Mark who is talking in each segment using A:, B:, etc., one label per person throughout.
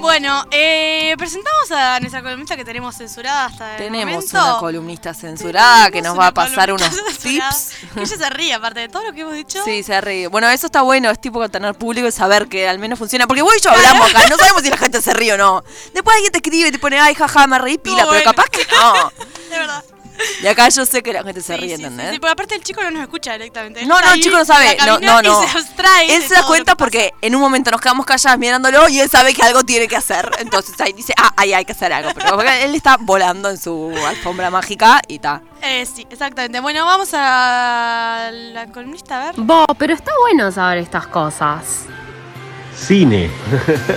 A: Bueno, eh, presentamos a nuestra columnista que tenemos censurada hasta el
B: Tenemos
A: momento.
B: una columnista censurada que nos
A: Tenemos
B: va a
A: una
B: pasar unos
A: columnista censurada.
B: tips.
A: Que ella se ríe, aparte de todo lo que hemos dicho.
B: Sí, se ríe. Bueno, eso está bueno, es tipo tener público y saber que al menos funciona. Porque vos y yo hablamos acá, no sabemos si la gente se ríe o no. Después alguien te escribe y te pone, ay, jaja, me reí pila,
A: bueno.
B: pero capaz que no.
A: De verdad.
B: Y acá yo sé que la gente se
A: Sí,
B: ríe,
A: sí,
B: ¿entendés?
A: Sí, sí, porque aparte el chico no nos escucha directamente. Él
B: No,
A: está
B: no,
A: ahí
B: el chico no
A: en la
B: sabe. No, no,
A: cabina
B: no.
A: Y se abstrae.
B: Él
A: de
B: se da
A: todo lo
B: cuenta
A: que pasa.
B: porque en un momento nos quedamos calladas mirándolo y él sabe que algo tiene que hacer. Entonces ahí dice, ah, ahí hay que hacer algo. Pero porque él está volando en su alfombra mágica y está.
A: Eh, sí, exactamente. Bueno, vamos a la columnista a ver.
C: Bo, pero está bueno saber estas cosas.
D: Cine.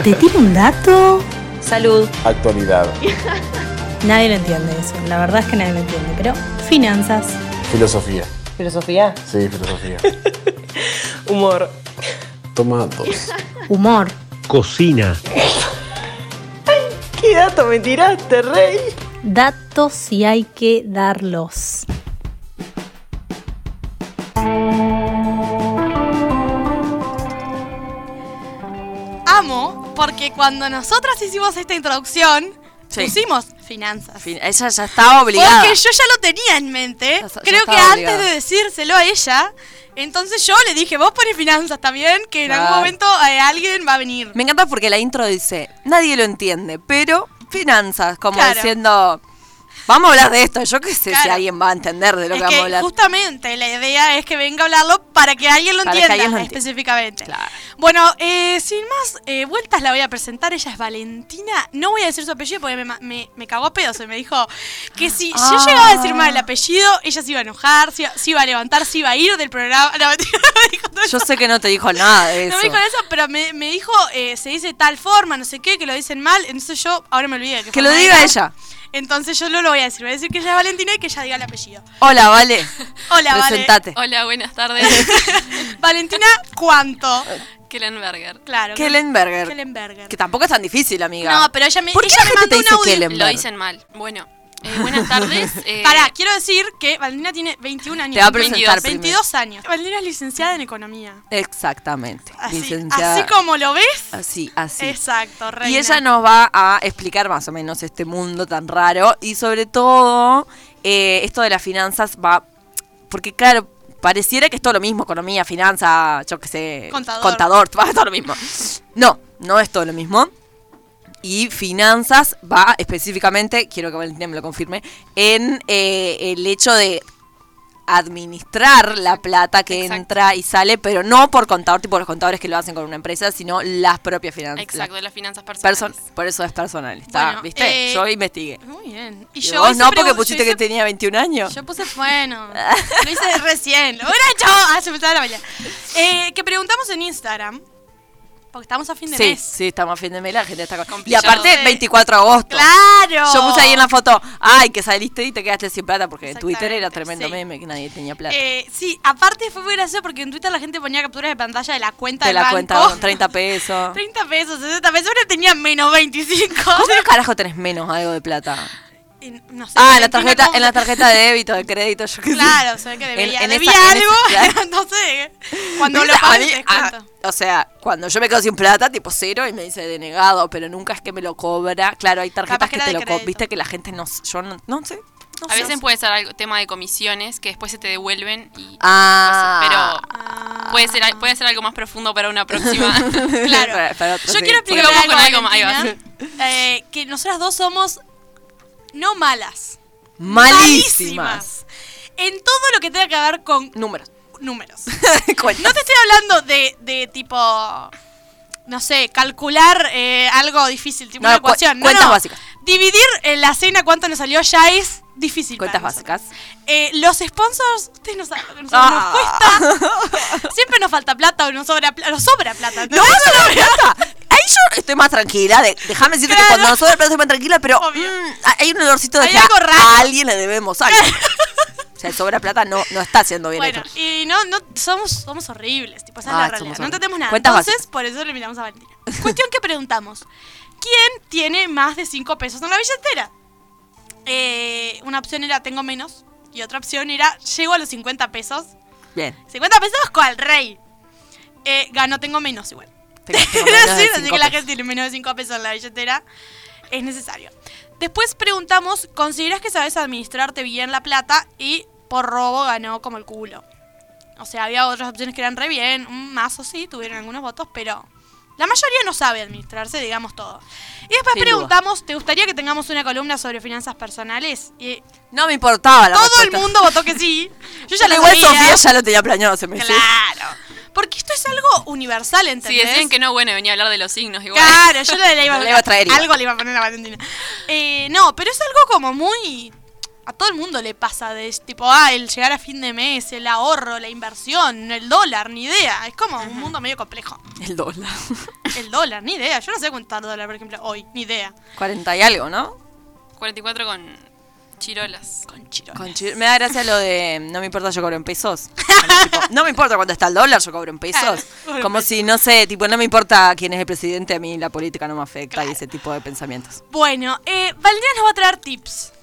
E: ¿Te tiro un dato?
F: Salud.
G: Actualidad.
E: Nadie lo entiende eso. La verdad es que nadie lo entiende. Pero finanzas.
G: Filosofía.
F: Filosofía.
G: Sí, filosofía.
F: Humor.
G: Toma dos.
E: Humor.
D: Cocina.
F: ¿Qué dato me tiraste, rey?
E: Datos si hay que darlos.
A: Amo porque cuando nosotras hicimos esta introducción,
B: Sí.
A: pusimos finanzas.
B: Fin- Ella ya estaba obligada.
A: Porque yo ya lo tenía en mente.
B: Ya sa- ya
A: Creo que
B: estaba
A: antes de
B: obligada.
A: decírselo a ella, entonces yo le dije, vos pones finanzas también, que en algún
B: Claro.
A: momento eh, alguien va a venir.
B: Me encanta porque la intro dice, nadie lo entiende, pero finanzas, como
A: Claro.
B: diciendo, vamos a hablar de esto, yo qué sé si
A: Claro.
B: alguien va a entender de lo
A: es
B: que vamos a
A: que
B: hablar.
A: justamente la idea es que venga a hablarlo para que alguien lo
B: Para que
A: entienda
B: alguien lo entienda.
A: específicamente.
B: Claro.
A: Bueno, eh, sin más eh, vueltas la voy a presentar. Ella es Valentina. No voy a decir su apellido porque me, ma- me, me cagó a pedos. y Me dijo que si yo
B: Ah.
A: llegaba a decir mal el apellido, ella se iba a enojar, se iba, se iba a levantar, se iba a ir del programa. No, mentira, no me dijo todo eso.
B: Yo sé que no te dijo nada de eso.
A: No me dijo eso, pero me, me dijo, eh, se dice tal forma, no sé qué, que lo dicen mal. Entonces yo, ahora me olvidé.
B: que
A: fue
B: lo
A: mal,
B: diga
A: ¿no?
B: ella.
A: Entonces yo no lo voy a decir. Voy a decir que ella es Valentina y que ella diga el apellido.
B: Hola, vale.
A: Hola, Vale.
B: Presentate.
H: Hola, buenas tardes.
A: Valentina, ¿cuánto?
H: Kellenberger.
A: Claro.
B: Kellenberger.
A: Kellenberger.
B: Que tampoco es tan difícil, amiga.
A: No, pero ella me,
B: ¿Por qué
A: ella
B: la
A: me
B: gente
A: mandó
B: te
A: un
B: dice
A: audio.
B: Kellenberger?
H: Lo dicen mal. Bueno, eh, buenas tardes. eh,
A: Pará, quiero decir que Valentina tiene 21 años.
B: Te va a presentar
A: 22, 22 años. Valentina es licenciada en economía.
B: Exactamente.
A: Así,
B: Licenciada.
A: así como lo ves.
B: Así, así.
A: Exacto, reina.
B: Y ella nos va a explicar más o menos este mundo tan raro y sobre todo eh, esto de las finanzas va, porque claro, pareciera que es todo lo mismo, economía, finanza, yo qué sé,
A: Contador.
B: contador, va, es todo lo mismo. No, no es todo lo mismo. Y finanzas va específicamente, quiero que Valentina me lo confirme, en eh, el hecho de administrar la plata que
H: Exacto.
B: entra y sale, pero no por contador, tipo los contadores que lo hacen con una empresa, sino las propias finanzas.
H: Exacto, de las finanzas personales.
B: Person- por eso es personal, está,
A: Bueno,
B: ¿viste?
A: eh,
B: yo investigué.
A: Muy bien.
B: Y vos
A: hice
B: no,
A: pregun-
B: porque
A: yo
B: pusiste que
A: hice-
B: tenía 21 años.
A: Yo puse, bueno, lo hice recién. Lo hubiera hecho. Ah, se me estaba la bailar. Eh, que preguntamos en Instagram. Porque estamos a fin de
B: sí,
A: mes.
B: sí, estamos a fin de mes, la gente está con... Y
H: Complicado.
B: aparte,
A: Sí.
B: 24 de agosto.
A: ¡Claro!
B: Yo puse ahí en la foto, ay, que saliste y te quedaste sin plata, porque en Twitter era
A: Exactamente,
B: tremendo
A: sí.
B: meme que nadie tenía plata.
A: Eh, sí, aparte fue muy gracioso porque en Twitter la gente ponía capturas de pantalla de la cuenta
B: te
A: del
B: la
A: banco.
B: cuenta con 30 pesos.
A: 30 pesos, 60 pesos, ahora tenía menos 25.
B: ¿Cómo carajo tenés menos algo de plata?
A: Y no sé,
B: Ah, en la
A: Valentina,
B: tarjeta,
A: ¿cómo
B: en la
A: se-
B: tarjeta de débito, de crédito, yo qué sé.
A: Claro, se ve que
B: En-
A: debía,
B: en
A: debía
B: esa- en
A: algo,
B: esa- claro.
A: no sé, cuando lo
B: Mira, a
A: pagues
B: mí-
A: te
B: a-
A: descuento.
B: o sea, cuando yo me quedo sin plata, tipo cero, y me dice denegado, pero nunca es que me lo cobra. Claro, hay tarjetas
A: Capaz que
B: que,
A: era
B: te
A: de
B: lo cobran.
A: crédito.
B: Viste que la gente no. Yo no, no sé. no
H: A
B: sé.
H: veces puede ser algo, tema de comisiones que después se te devuelven y.
B: Ah.
H: Pero puede ser, al- puede ser algo más profundo para una próxima.
A: Claro.
B: Para- para otro
A: Yo
B: sí.
A: quiero
H: Porque
A: explicar algo,
H: vamos con algo más, ahí va.
A: Valentina, eh, que nosotras dos somos no malas,
B: Malísimas.
A: malísimas. En todo lo que tenga que ver con
B: Números.
A: números.
B: Cuentas.
A: No te estoy hablando de, de tipo, no sé, calcular eh, algo difícil, tipo
B: No,
A: una
B: cu-
A: ecuación. No,
B: cuentas
A: no.
B: básicas.
A: Dividir eh, la cena cuánto nos salió ya es difícil. para
B: Cuentas
A: nosotros.
B: básicas.
A: Eh, los sponsors, ustedes no saben lo que nos,
B: Ah.
A: nos cuesta. Siempre nos falta plata o nos sobra plata. Nos sobra plata.
B: No, eso no me gusta. Ahí yo estoy más tranquila. de- Déjame decirte
A: Claro.
B: que cuando nosotros hablamos estoy más tranquila, pero
A: Obvio.
B: mm, hay un olorcito de
A: Hay
B: que a-
A: algo raro.
B: a alguien le debemos algo. o sea, el sobra plata no, no está siendo bien
A: Bueno,
B: hecho.
A: y no, no somos, somos horribles, tipo, esa es
B: Ah,
A: la
B: somos
A: realidad. No
B: horribles.
A: entendemos nada.
B: Cuentas
A: Entonces,
B: básicas.
A: por eso le miramos a Valentina. Cuestión que preguntamos: ¿quién tiene más de 5 pesos en la billetera? Eh, una opción era tengo menos. Y otra opción era llego a los 50 pesos.
B: Bien.
A: 50 pesos con el rey. Eh, ganó, tengo menos igual.
B: Tengas por lo menos
A: Era
B: de
A: así, así
B: cinco
A: que la
B: pesos.
A: gente tiene menos de 5 pesos en la billetera. Es necesario. Después preguntamos, ¿consideras que sabes administrarte bien la plata? Y por robo ganó como el culo. O sea, había otras opciones que eran re bien, un mazo sí, tuvieron algunos votos, pero la mayoría no sabe administrarse, digamos todo. Y después
B: Sin
A: preguntamos, ¿te gustaría que tengamos una columna sobre finanzas personales? Y
B: No me importaba la
A: todo
B: respuesta.
A: el mundo votó que sí. Yo ya
B: Pero
A: lo
B: igual
A: sabía.
B: Sofía ya lo tenía planeado, se me dice.
A: Claro. Porque esto es algo universal,
H: Si
A: ¿entendés?
H: decían que no, bueno, venía a hablar de los signos igual.
A: Claro, yo le, le iba,
B: No le iba a traer igual.
A: Algo le iba a poner a Valentina. Eh, no, pero es algo como muy. A todo el mundo le pasa de es tipo, ah, el llegar a fin de mes, el ahorro, la inversión, el dólar, ni idea. Es como un mundo medio complejo.
B: El dólar.
A: El dólar, ni idea. Yo no sé cuánto está el dólar, por ejemplo, hoy, ni idea.
B: 40 y algo, ¿no?
H: 44 con chirolas.
A: Con chiro.
B: Con chi- me da gracia lo de no me importa, yo cobro en pesos. Como tipo, no me importa cuánto está el dólar, yo cobro en
A: Claro,
B: pesos.
A: cobro en
B: Como
A: pesos.
B: si, no sé, tipo, no me importa quién es el presidente, a mí la política no me afecta y ese tipo de pensamientos.
A: Bueno, eh, Valentina nos va a traer tips.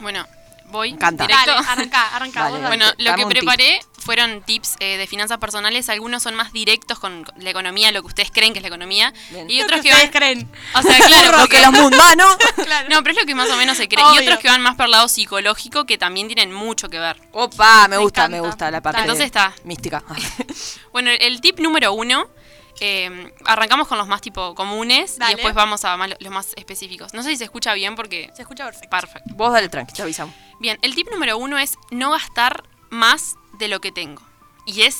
H: Bueno, voy
B: encanta.
H: directo.
A: Dale, arranca, arranca.
B: Vale,
A: vos
B: dale.
A: dale.
H: Bueno, lo
B: Dame
H: que
B: un tip.
H: preparé fueron tips eh, de finanzas personales. Algunos son más directos con la economía, lo que ustedes creen que es la economía.
B: Bien.
H: Y
A: Lo
H: otros
A: que
H: que
A: ustedes
H: van.
A: creen.
H: O sea, claro,
B: Lo
H: porque-
B: que los ah, mundanos.
A: Claro.
H: No, pero es lo que más o menos se cree.
A: Obvio.
H: Y otros que van más por el lado psicológico, que también tienen mucho que ver.
B: Opa, me,
A: Me
B: gusta,
A: encanta.
B: me gusta la parte
H: Entonces está.
B: mística.
H: Bueno, el tip número uno, eh, arrancamos con los más tipo comunes
A: Dale.
H: y después vamos a más- los más específicos. No sé si se escucha bien porque...
A: Se escucha perfecto.
H: Perfecto.
B: Vos dale tranqui, te avisamos.
H: Bien, el tip número uno es no gastar más de lo que tengo. Y es...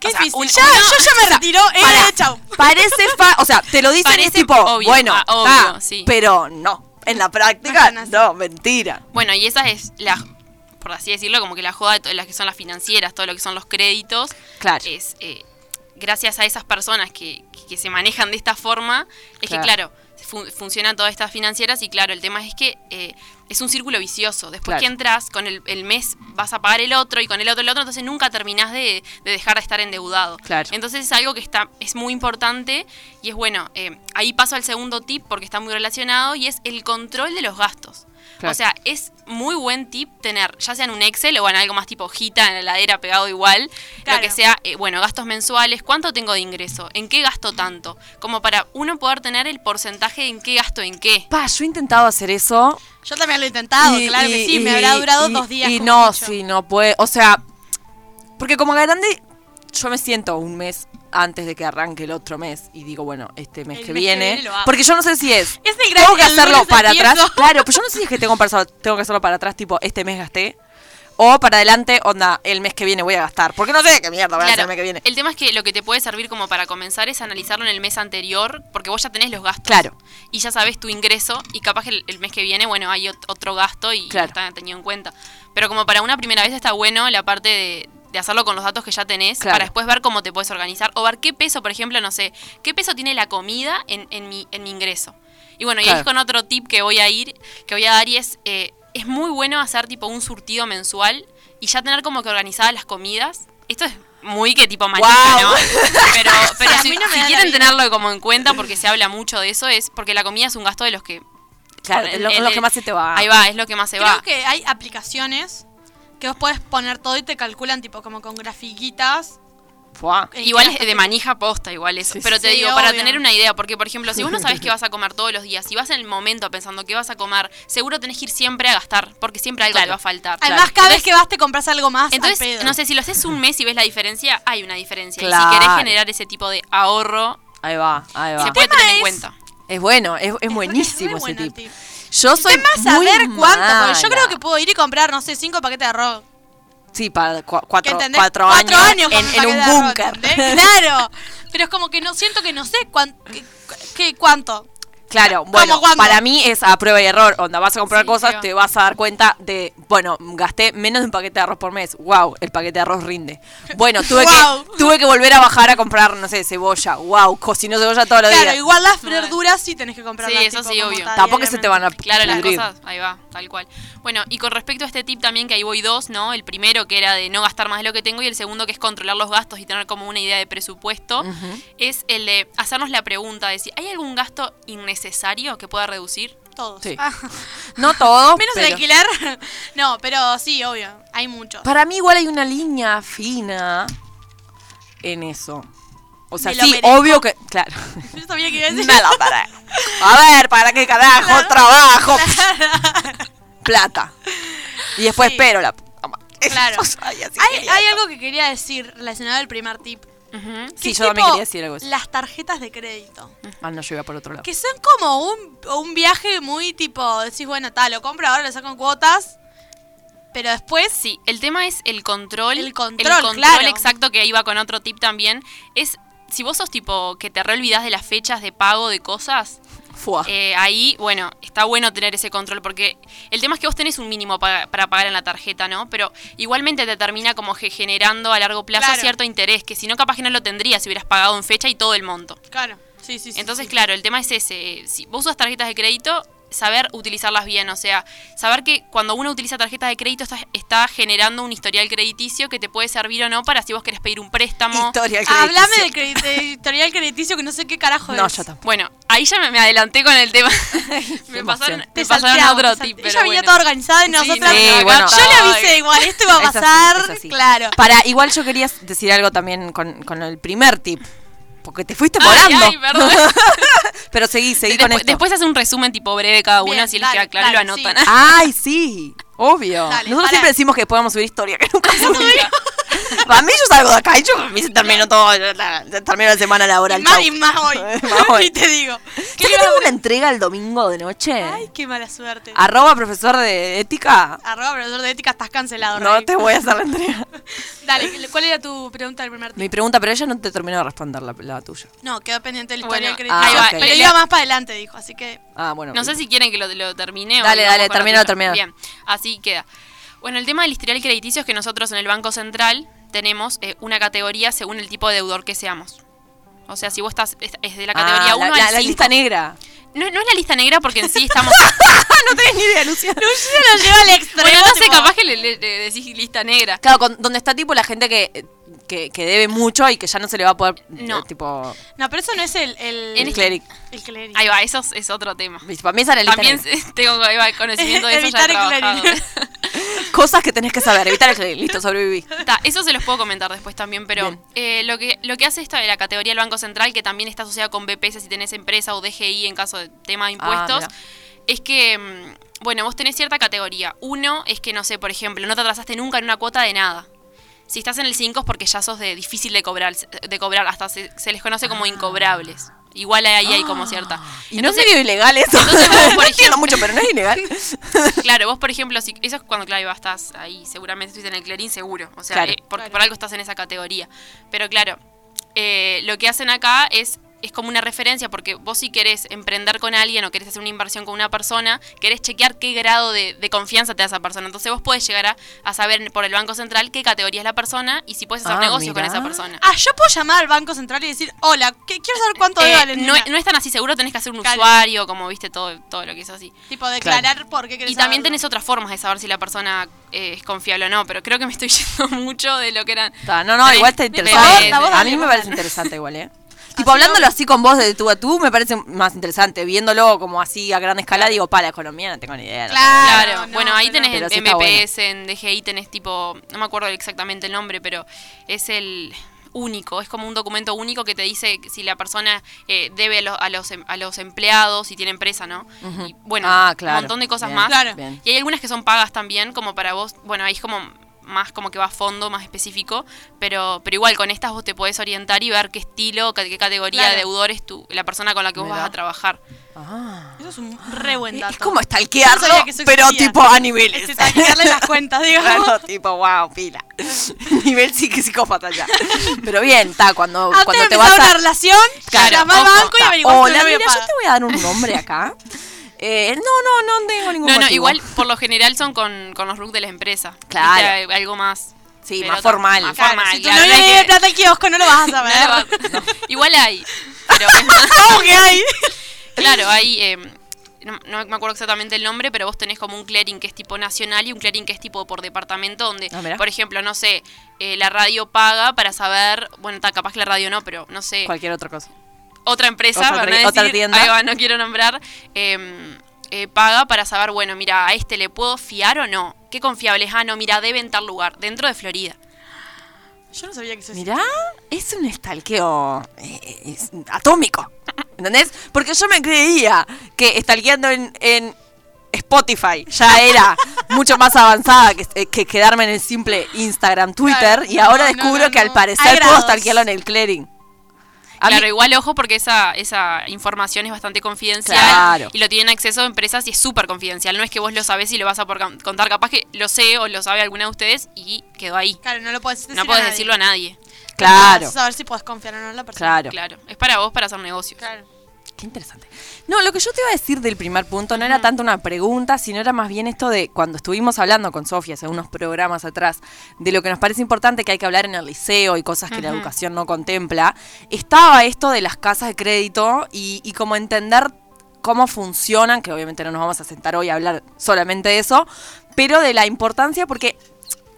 A: Qué
H: o sea,
A: difícil.
H: un-
A: ya,
H: uno-
A: yo ya me retiro. Eh,
B: Pará.
A: chau.
B: Parece fa o sea, te lo dicen y es
H: Parece
B: tipo,
H: obvio,
B: bueno,
H: ah, obvio,
B: está,
H: sí.
B: pero no. En la
A: No
B: práctica,
A: son así.
B: no, mentira.
H: Bueno, y esa es la, por así decirlo, como que la joda de to- las que son las financieras, todo lo que son los créditos.
B: Claro.
H: Es eh, gracias a esas personas que, que- que se manejan de esta forma, es
B: Claro.
H: que claro, fun- funcionan todas estas financieras y claro, el tema es que eh, es un círculo vicioso. Después
B: Claro.
H: que entras, con el, el mes vas a pagar el otro y con el otro el otro, entonces nunca terminás de, de dejar de estar endeudado.
B: Claro.
H: Entonces es algo que está, es muy importante y es bueno. eh, ahí paso al segundo tip porque está muy relacionado y es el control de los gastos.
B: Claro.
H: O sea, es muy buen tip tener, ya sea en un Excel o en algo más tipo hojita, en la heladera pegado igual,
A: Claro.
H: lo que sea, eh, bueno, gastos mensuales, cuánto tengo de ingreso, en qué gasto tanto, como para uno poder tener el porcentaje en qué gasto en qué.
B: Pa, yo he intentado hacer eso.
A: Yo también lo he intentado,
B: y-
A: claro que
B: y-
A: sí, me
B: y-
A: habrá durado
B: y-
A: dos días.
B: Y
A: como
B: no,
A: mucho.
B: sí, no puede. O sea, porque como grande, yo me siento un mes antes de que arranque el otro mes y digo, bueno, este mes,
A: El
B: que,
A: mes que
B: viene,
A: viene lo hago.
B: Porque yo no sé si es.
A: Es el gran-
B: tengo que
A: el
B: hacerlo
A: lunes
B: para
A: empiezo.
B: atrás. Claro, pero yo no sé si es que tengo, para- tengo que hacerlo para atrás, tipo, este mes gasté. O para adelante, onda, el mes que viene voy a gastar. Porque no sé qué mierda voy a hacer el
H: Claro,
B: mes que viene.
H: el tema es que lo que te puede servir como para comenzar es analizarlo en el mes anterior, porque vos ya tenés los gastos.
B: Claro.
H: Y ya sabes tu ingreso, y capaz que el, el mes que viene, bueno, hay ot- otro gasto y
B: Claro.
H: no está tenido en cuenta. Pero como para una primera vez está bueno la parte de, de hacerlo con los datos que ya tenés,
B: Claro.
H: para después ver cómo te puedes organizar, o ver qué peso, por ejemplo, no sé, qué peso tiene la comida en, en mi, en mi ingreso. Y bueno, y ahí
B: Claro.
H: es con otro tip que voy a ir, que voy a dar, y es, eh, es muy bueno hacer tipo un surtido mensual y ya tener como que organizadas las comidas. Esto es muy que tipo manito,
B: Guau.
H: ¿no? Pero, pero
A: Sí, a
H: si,
A: mí no me
H: si
A: da la
H: quieren
A: vida.
H: tenerlo como en cuenta, porque se habla mucho de eso, es porque la comida es un gasto de los que...
B: Claro,
H: el-
B: lo,
H: el-
B: lo que más se te va.
H: Ahí va, es lo que más se
A: Creo
H: va.
A: que hay aplicaciones que vos podés poner todo y te calculan, tipo, como con grafiquitas.
B: Fuá.
A: en
H: Igual
A: qué
H: es
A: gasto
H: de
A: te-
H: manija posta, igual eso. Pero te
A: sí,
H: digo, para
A: obvio.
H: tener una idea, porque por ejemplo, si vos no sabés qué vas a comer todos los días, si vas en el momento pensando qué vas a comer, seguro tenés que ir siempre a gastar, porque siempre algo te va a faltar.
A: Además, cada vez
H: Entonces-
A: que vas te compras algo más. al
H: Entonces,
A: pedo.
H: no sé, si lo haces un mes y ves la diferencia, hay una diferencia. Y
B: Claro.
H: si querés generar ese tipo de ahorro,
B: Ahí va, ahí va.
H: se puede tener en
A: es-
H: cuenta.
B: Es bueno, es, es
A: re-
B: buenísimo
A: es re
B: ese
A: bueno el
B: tip.
A: tip.
B: Yo soy
A: El tema es
B: muy
A: saber cuánto, porque yo
B: mala.
A: creo que puedo ir y comprar, no sé, cinco paquetes de arroz.
B: Sí, para cua-
A: ¿Qué
B: cuatro,
A: entendés?
B: cuatro, años,
A: con
B: en, en
A: paquete de
B: un
A: arroz,
B: búnker.
A: ¿entendés? Claro. Pero es como que no siento que no sé cuán- qué- qué- cuánto.
B: Claro, bueno,
A: cuándo?
B: para mí es a prueba y error. Onda, vas a comprar
H: Sí,
B: cosas,
H: pero-
B: te vas a dar cuenta de, bueno, gasté menos de un paquete de arroz por mes. Wow, el paquete de arroz rinde. Bueno, tuve,
A: Guau.
B: que, tuve que volver a bajar a comprar, no sé, cebolla. Wow, cocino cebolla todos los
A: Claro,
B: días.
A: igual las
H: Bueno.
A: verduras sí tenés que comprar.
H: Sí, eso sí, obvio.
B: Tampoco se te van a
H: Claro, las
B: pudrir.
H: cosas, ahí va, tal cual. Bueno, y con respecto a este tip también, que ahí voy dos, ¿no? El primero que era de no gastar más de lo que tengo y el segundo que es controlar los gastos y tener como una idea de presupuesto, es el de hacernos la pregunta de si hay algún gasto innecesario que pueda reducir.
A: Todos. Ah,
B: Sí. No todo,
A: Menos el
B: pero-
A: alquiler. No, pero sí, obvio. Hay muchos.
B: Para mí igual hay una línea fina en eso. O sea,
A: Me lo
B: sí,
A: merezco.
B: obvio que. Claro.
A: Yo sabía que iba a decir.
B: Me lo paré. A ver, ¿para qué carajo trabajo? Plata. Y después
A: Sí.
B: espero la puta madre.
A: Claro.
B: O sea, y así
A: Hay,
B: quería
A: hay
B: esto.
A: algo que quería decir relacionado al primer tip.
H: Ujú.
A: que
B: Sí,
A: es
B: yo también
A: tipo
B: quería decir algo así.
A: Las tarjetas de crédito.
B: Ah, no, yo iba por otro lado.
A: Que son como un, un viaje muy tipo, decís, bueno, tal, lo compro ahora, lo saco en cuotas. Pero después,
H: Sí, el tema es el control.
A: Pues El control, claro.
H: exacto que iba con otro tip también. Es si vos sos tipo que te reolvidás de las fechas de pago de cosas,
A: Ah.
B: Fua.
H: eh, ahí, bueno, está bueno tener ese control porque el tema es que vos tenés un mínimo pa- para pagar en la tarjeta, ¿no? Pero igualmente te termina como que generando a largo plazo
A: Claro.
H: cierto interés, que si no, capaz que no lo tendrías si hubieras pagado en fecha y todo el monto.
A: claro. Sí, sí, sí.
H: Entonces,
A: sí.
H: claro, el tema es ese. eh, Si vos usas tarjetas de crédito, saber utilizarlas bien. O sea, saber que cuando uno utiliza tarjetas de crédito está, está generando un historial crediticio que te puede servir o no para si vos querés pedir un préstamo.
B: Historia
A: Hablame
B: crediticio.
A: del credit- de historial crediticio que no sé qué carajo
B: No,
A: es.
B: yo tampoco.
H: Bueno, ahí ya me, me adelanté con el tema. me pasaron,
B: emoción.
H: me
A: Te
H: pasaron
A: salteamos,
H: otro
A: te salte-
H: tip. pero
A: Ella venía
H: bueno.
A: toda organizada y
H: Sí,
A: nosotras.
B: no, Sí, acá bueno.
A: Yo le
H: estoy.
A: avisé igual, esto iba a
B: Es así,
A: pasar.
B: es así.
A: Claro.
B: Para, igual yo quería decir algo también con, con el primer tip. Porque te fuiste
H: Ay,
B: volando.
H: ay, perdón.
B: Pero seguí, seguí
H: después,
B: con esto.
H: después hace un resumen tipo breve cada uno,
A: Bien,
H: si les
A: dale,
H: queda claro,
A: dale,
H: lo
A: sí.
H: anotan.
B: Ay, sí. Obvio.
A: Dale,
B: Nosotros
A: pará.
B: siempre decimos que podemos subir historia, que nunca subimos. Para mí yo salgo de acá y yo para mí se terminó todo, la- la- terminó la semana laboral.
A: y más,
B: chau.
A: y más hoy.
B: Más hoy.
A: y te digo. ¿Qué
B: ¿Sabes que
A: iba a
B: tengo
A: decir?
B: una entrega el domingo de noche?
A: Ay, qué mala suerte.
B: Arroba profesor de ética.
A: Arroba profesor de ética, estás cancelado.
B: No
A: Rey.
B: te voy a hacer la entrega.
A: Dale, ¿cuál era tu pregunta del primer tip?
B: Mi pregunta, pero ella no te terminó de responder la, la tuya.
A: No, quedó pendiente el
H: Bueno,
A: historial
B: ah,
A: crediticio.
B: ok.
A: Pero iba más para adelante, dijo, así que.
B: Ah, bueno.
H: No sé si quieren que lo, lo termine. o
B: Dale,
H: vamos
B: dale,
H: con la
B: termínalo,
H: tuya.
B: termínalo.
H: Bien, así queda. Bueno, el tema del historial crediticio es que nosotros en el Banco Central tenemos eh, una categoría según el tipo de deudor que seamos. O sea, si vos estás es es de la categoría
B: Ah,
H: 1
B: la,
H: al
B: la- la
H: 5.
B: lista negra.
H: No, no es la lista negra porque en sí estamos...
B: No tenés ni idea, Luciana.
A: Luciana lo lleva al extremo.
H: bueno, no sé,
A: tipo,
H: capaz que le, le- le decís lista negra.
B: Claro, con- donde está tipo la gente que, que, que debe mucho y que ya no se le va a poder,
H: No.
B: eh, tipo...
A: No, pero eso no es el. El,
H: En
B: el
H: este-
B: cleric.
A: el cleric.
H: Ahí va, eso es, es otro tema.
B: Para mí esa era la lista
H: También
B: negra.
H: se- tengo ahí va, conocimiento de eso ya he
A: Evitar el
H: trabajado.
B: Cosas que tenés que saber, evitar el cleric. Listo, sobreviví.
H: Ta, eso se los puedo comentar después también, pero
B: Bien.
H: eh, lo, que, lo que hace esta de la categoría del Banco Central, que también está asociada con BPS si tenés empresa o DGI en caso de tema de impuestos,
B: Ah, mira.
H: es que, mm, bueno, vos tenés cierta categoría. Uno es que, no sé, por ejemplo, no te atrasaste nunca en una cuota de nada. Si estás en el 5 es porque ya sos de difícil de cobrar, de cobrar hasta se, se les conoce como incobrables. Igual ahí hay como cierta.
B: Ah. Y no sería ilegal eso.
H: entonces vos, por
B: no entiendo
H: ejemplo-
B: mucho, pero no es ilegal.
H: Claro, vos por ejemplo, si, eso es cuando claro, iba, estás ahí, seguramente estuviste en el Clarín seguro, o sea,
B: Claro.
H: eh, porque por algo estás en esa categoría. Pero claro, eh, lo que hacen acá es es como una referencia porque vos si querés emprender con alguien o querés hacer una inversión con una persona, querés chequear qué grado de, de confianza te da esa persona. Entonces vos podés llegar a, a saber por el Banco Central qué categoría es la persona y si puedes hacer
B: Ah,
H: negocio
B: mirá.
H: con esa persona.
A: Ah, yo puedo llamar al Banco Central y decir, hola, ¿qué- quiero saber cuánto
H: Eh,
A: debo Valentina.
H: no, no es tan así seguro, tenés que hacer un
A: Claro.
H: usuario, como viste todo, todo lo que es así.
A: Tipo, declarar por qué querés
H: Y también
A: saberlo.
H: tenés otras formas de saber si la persona eh, es confiable o no, pero creo que me estoy yendo mucho de lo que eran.
B: Ta, No, no, igual está
H: Pero-
B: interesante.
A: Pero-
B: A mí
A: Pero-
B: me parece interesante igual, ¿eh? Tipo,
A: no-
B: hablándolo así con vos de tú a tú, me parece más interesante. Viéndolo como así a gran escala, digo, pa, la economía no tengo ni idea. no tengo ni idea.
A: Claro,
H: Claro,
A: no,
H: bueno, ahí
A: pero-
H: tenés
B: Pero
H: en
B: sí está
H: MPS, en DGI tenés tipo, no me acuerdo exactamente el nombre, pero es el único, es como un documento único que te dice si la persona eh, debe a los, a, los, em- a los empleados, si tiene empresa, ¿no? Y, bueno,
B: Ah, claro.
H: un montón de cosas
B: Bien,
H: más.
A: claro.
B: bien.
H: Y hay algunas que son pagas también, como para vos, bueno, ahí es como más como que va a fondo, más específico, pero, pero igual con estas vos te podés orientar y ver qué estilo, qué, qué categoría
A: Claro.
H: de deudor es tu, la persona con la que vos
B: Mirá.
H: vas a trabajar.
B: Ah.
A: Eso es un re buen dato.
B: Es como
A: No
B: stalkearlo,
A: sabía que eso
B: pero
A: existía.
B: tipo a niveles.
A: Es sacarle las cuentas, digamos.
B: Claro, tipo, wow, pila. Nivel psiqui- psicópata ya. Pero bien, está, cuando,
A: Antes
B: cuando
A: de
B: te
A: empezar
B: vas
A: una
B: a.
A: relación,
B: Claro,
A: llamá al
B: ojo,
A: banco y
B: ta,
A: averiguá si tu
B: Hola,
A: novio
B: mira, yo
A: paga.
B: te voy a dar un nombre acá. Eh, no, no, no tengo ningún
H: No, no,
B: motivo.
H: igual por lo general son con, con los RUC de las empresas.
B: Claro.
H: Viste, Algo más.
B: Sí,
H: pero
B: más
H: to-
B: formal.
H: Más
A: Claro,
H: formal,
A: si tu
H: claro,
A: novio
H: no hay
A: le
H: que-
A: debe plata al kiosco, no lo vas a
H: no
A: saber.
H: lo va- Igual hay. Pero es más-
A: ¿Cómo que hay?
H: claro, hay. eh, no, no me acuerdo exactamente el nombre, pero vos tenés como un clearing que es tipo nacional y un clearing que es tipo por departamento, donde,
B: Ah, mirá.
H: por ejemplo, no sé, eh, la radio paga para saber. Bueno, está capaz que la radio no, pero no sé.
B: Cualquier otra cosa.
H: otra empresa,
B: Otra
H: para
B: cre-
H: no
B: otra
H: decir-
B: tienda.
H: ahí va, no quiero nombrar, eh, eh, paga para saber, bueno, mira, a este le puedo fiar o no. Qué confiable es, ah, no, mira, debe en tal lugar, dentro de Florida.
A: Yo no sabía que eso existía.
B: Mirá, es un estalqueo eh, es atómico. ¿Entendés? Porque yo me creía que estalqueando en, en Spotify ya era mucho más avanzada que, eh, que quedarme en el simple Instagram, Twitter.
A: Claro,
B: y ahora
A: no, no,
B: descubro
A: no,
B: que al
A: no. Hay
B: parecer puedo
A: grados.
B: estalquearlo en el clearing. A mí-
H: claro, igual ojo porque esa, esa información es bastante confidencial
B: Claro.
H: y lo tienen acceso a empresas y es súper confidencial. No es que vos lo sabés y lo vas a por cam- contar. Capaz que lo sé o lo sabe alguna de ustedes y quedó ahí.
A: Claro, no lo puedes decir
H: no podés decirlo a nadie.
B: claro,
A: saber si puedes confiar o no en la persona.
B: claro.
H: Claro. Es para vos para hacer negocios.
A: Claro.
B: Qué interesante. No, lo que yo te iba a decir del primer punto no era tanto una pregunta, sino era más bien esto de cuando estuvimos hablando con Sofía hace unos programas atrás, de lo que nos parece importante que hay que hablar en el liceo y cosas que la educación no contempla, estaba esto de las casas de crédito y, y como entender cómo funcionan, que obviamente no nos vamos a sentar hoy a hablar solamente de eso, pero de la importancia porque...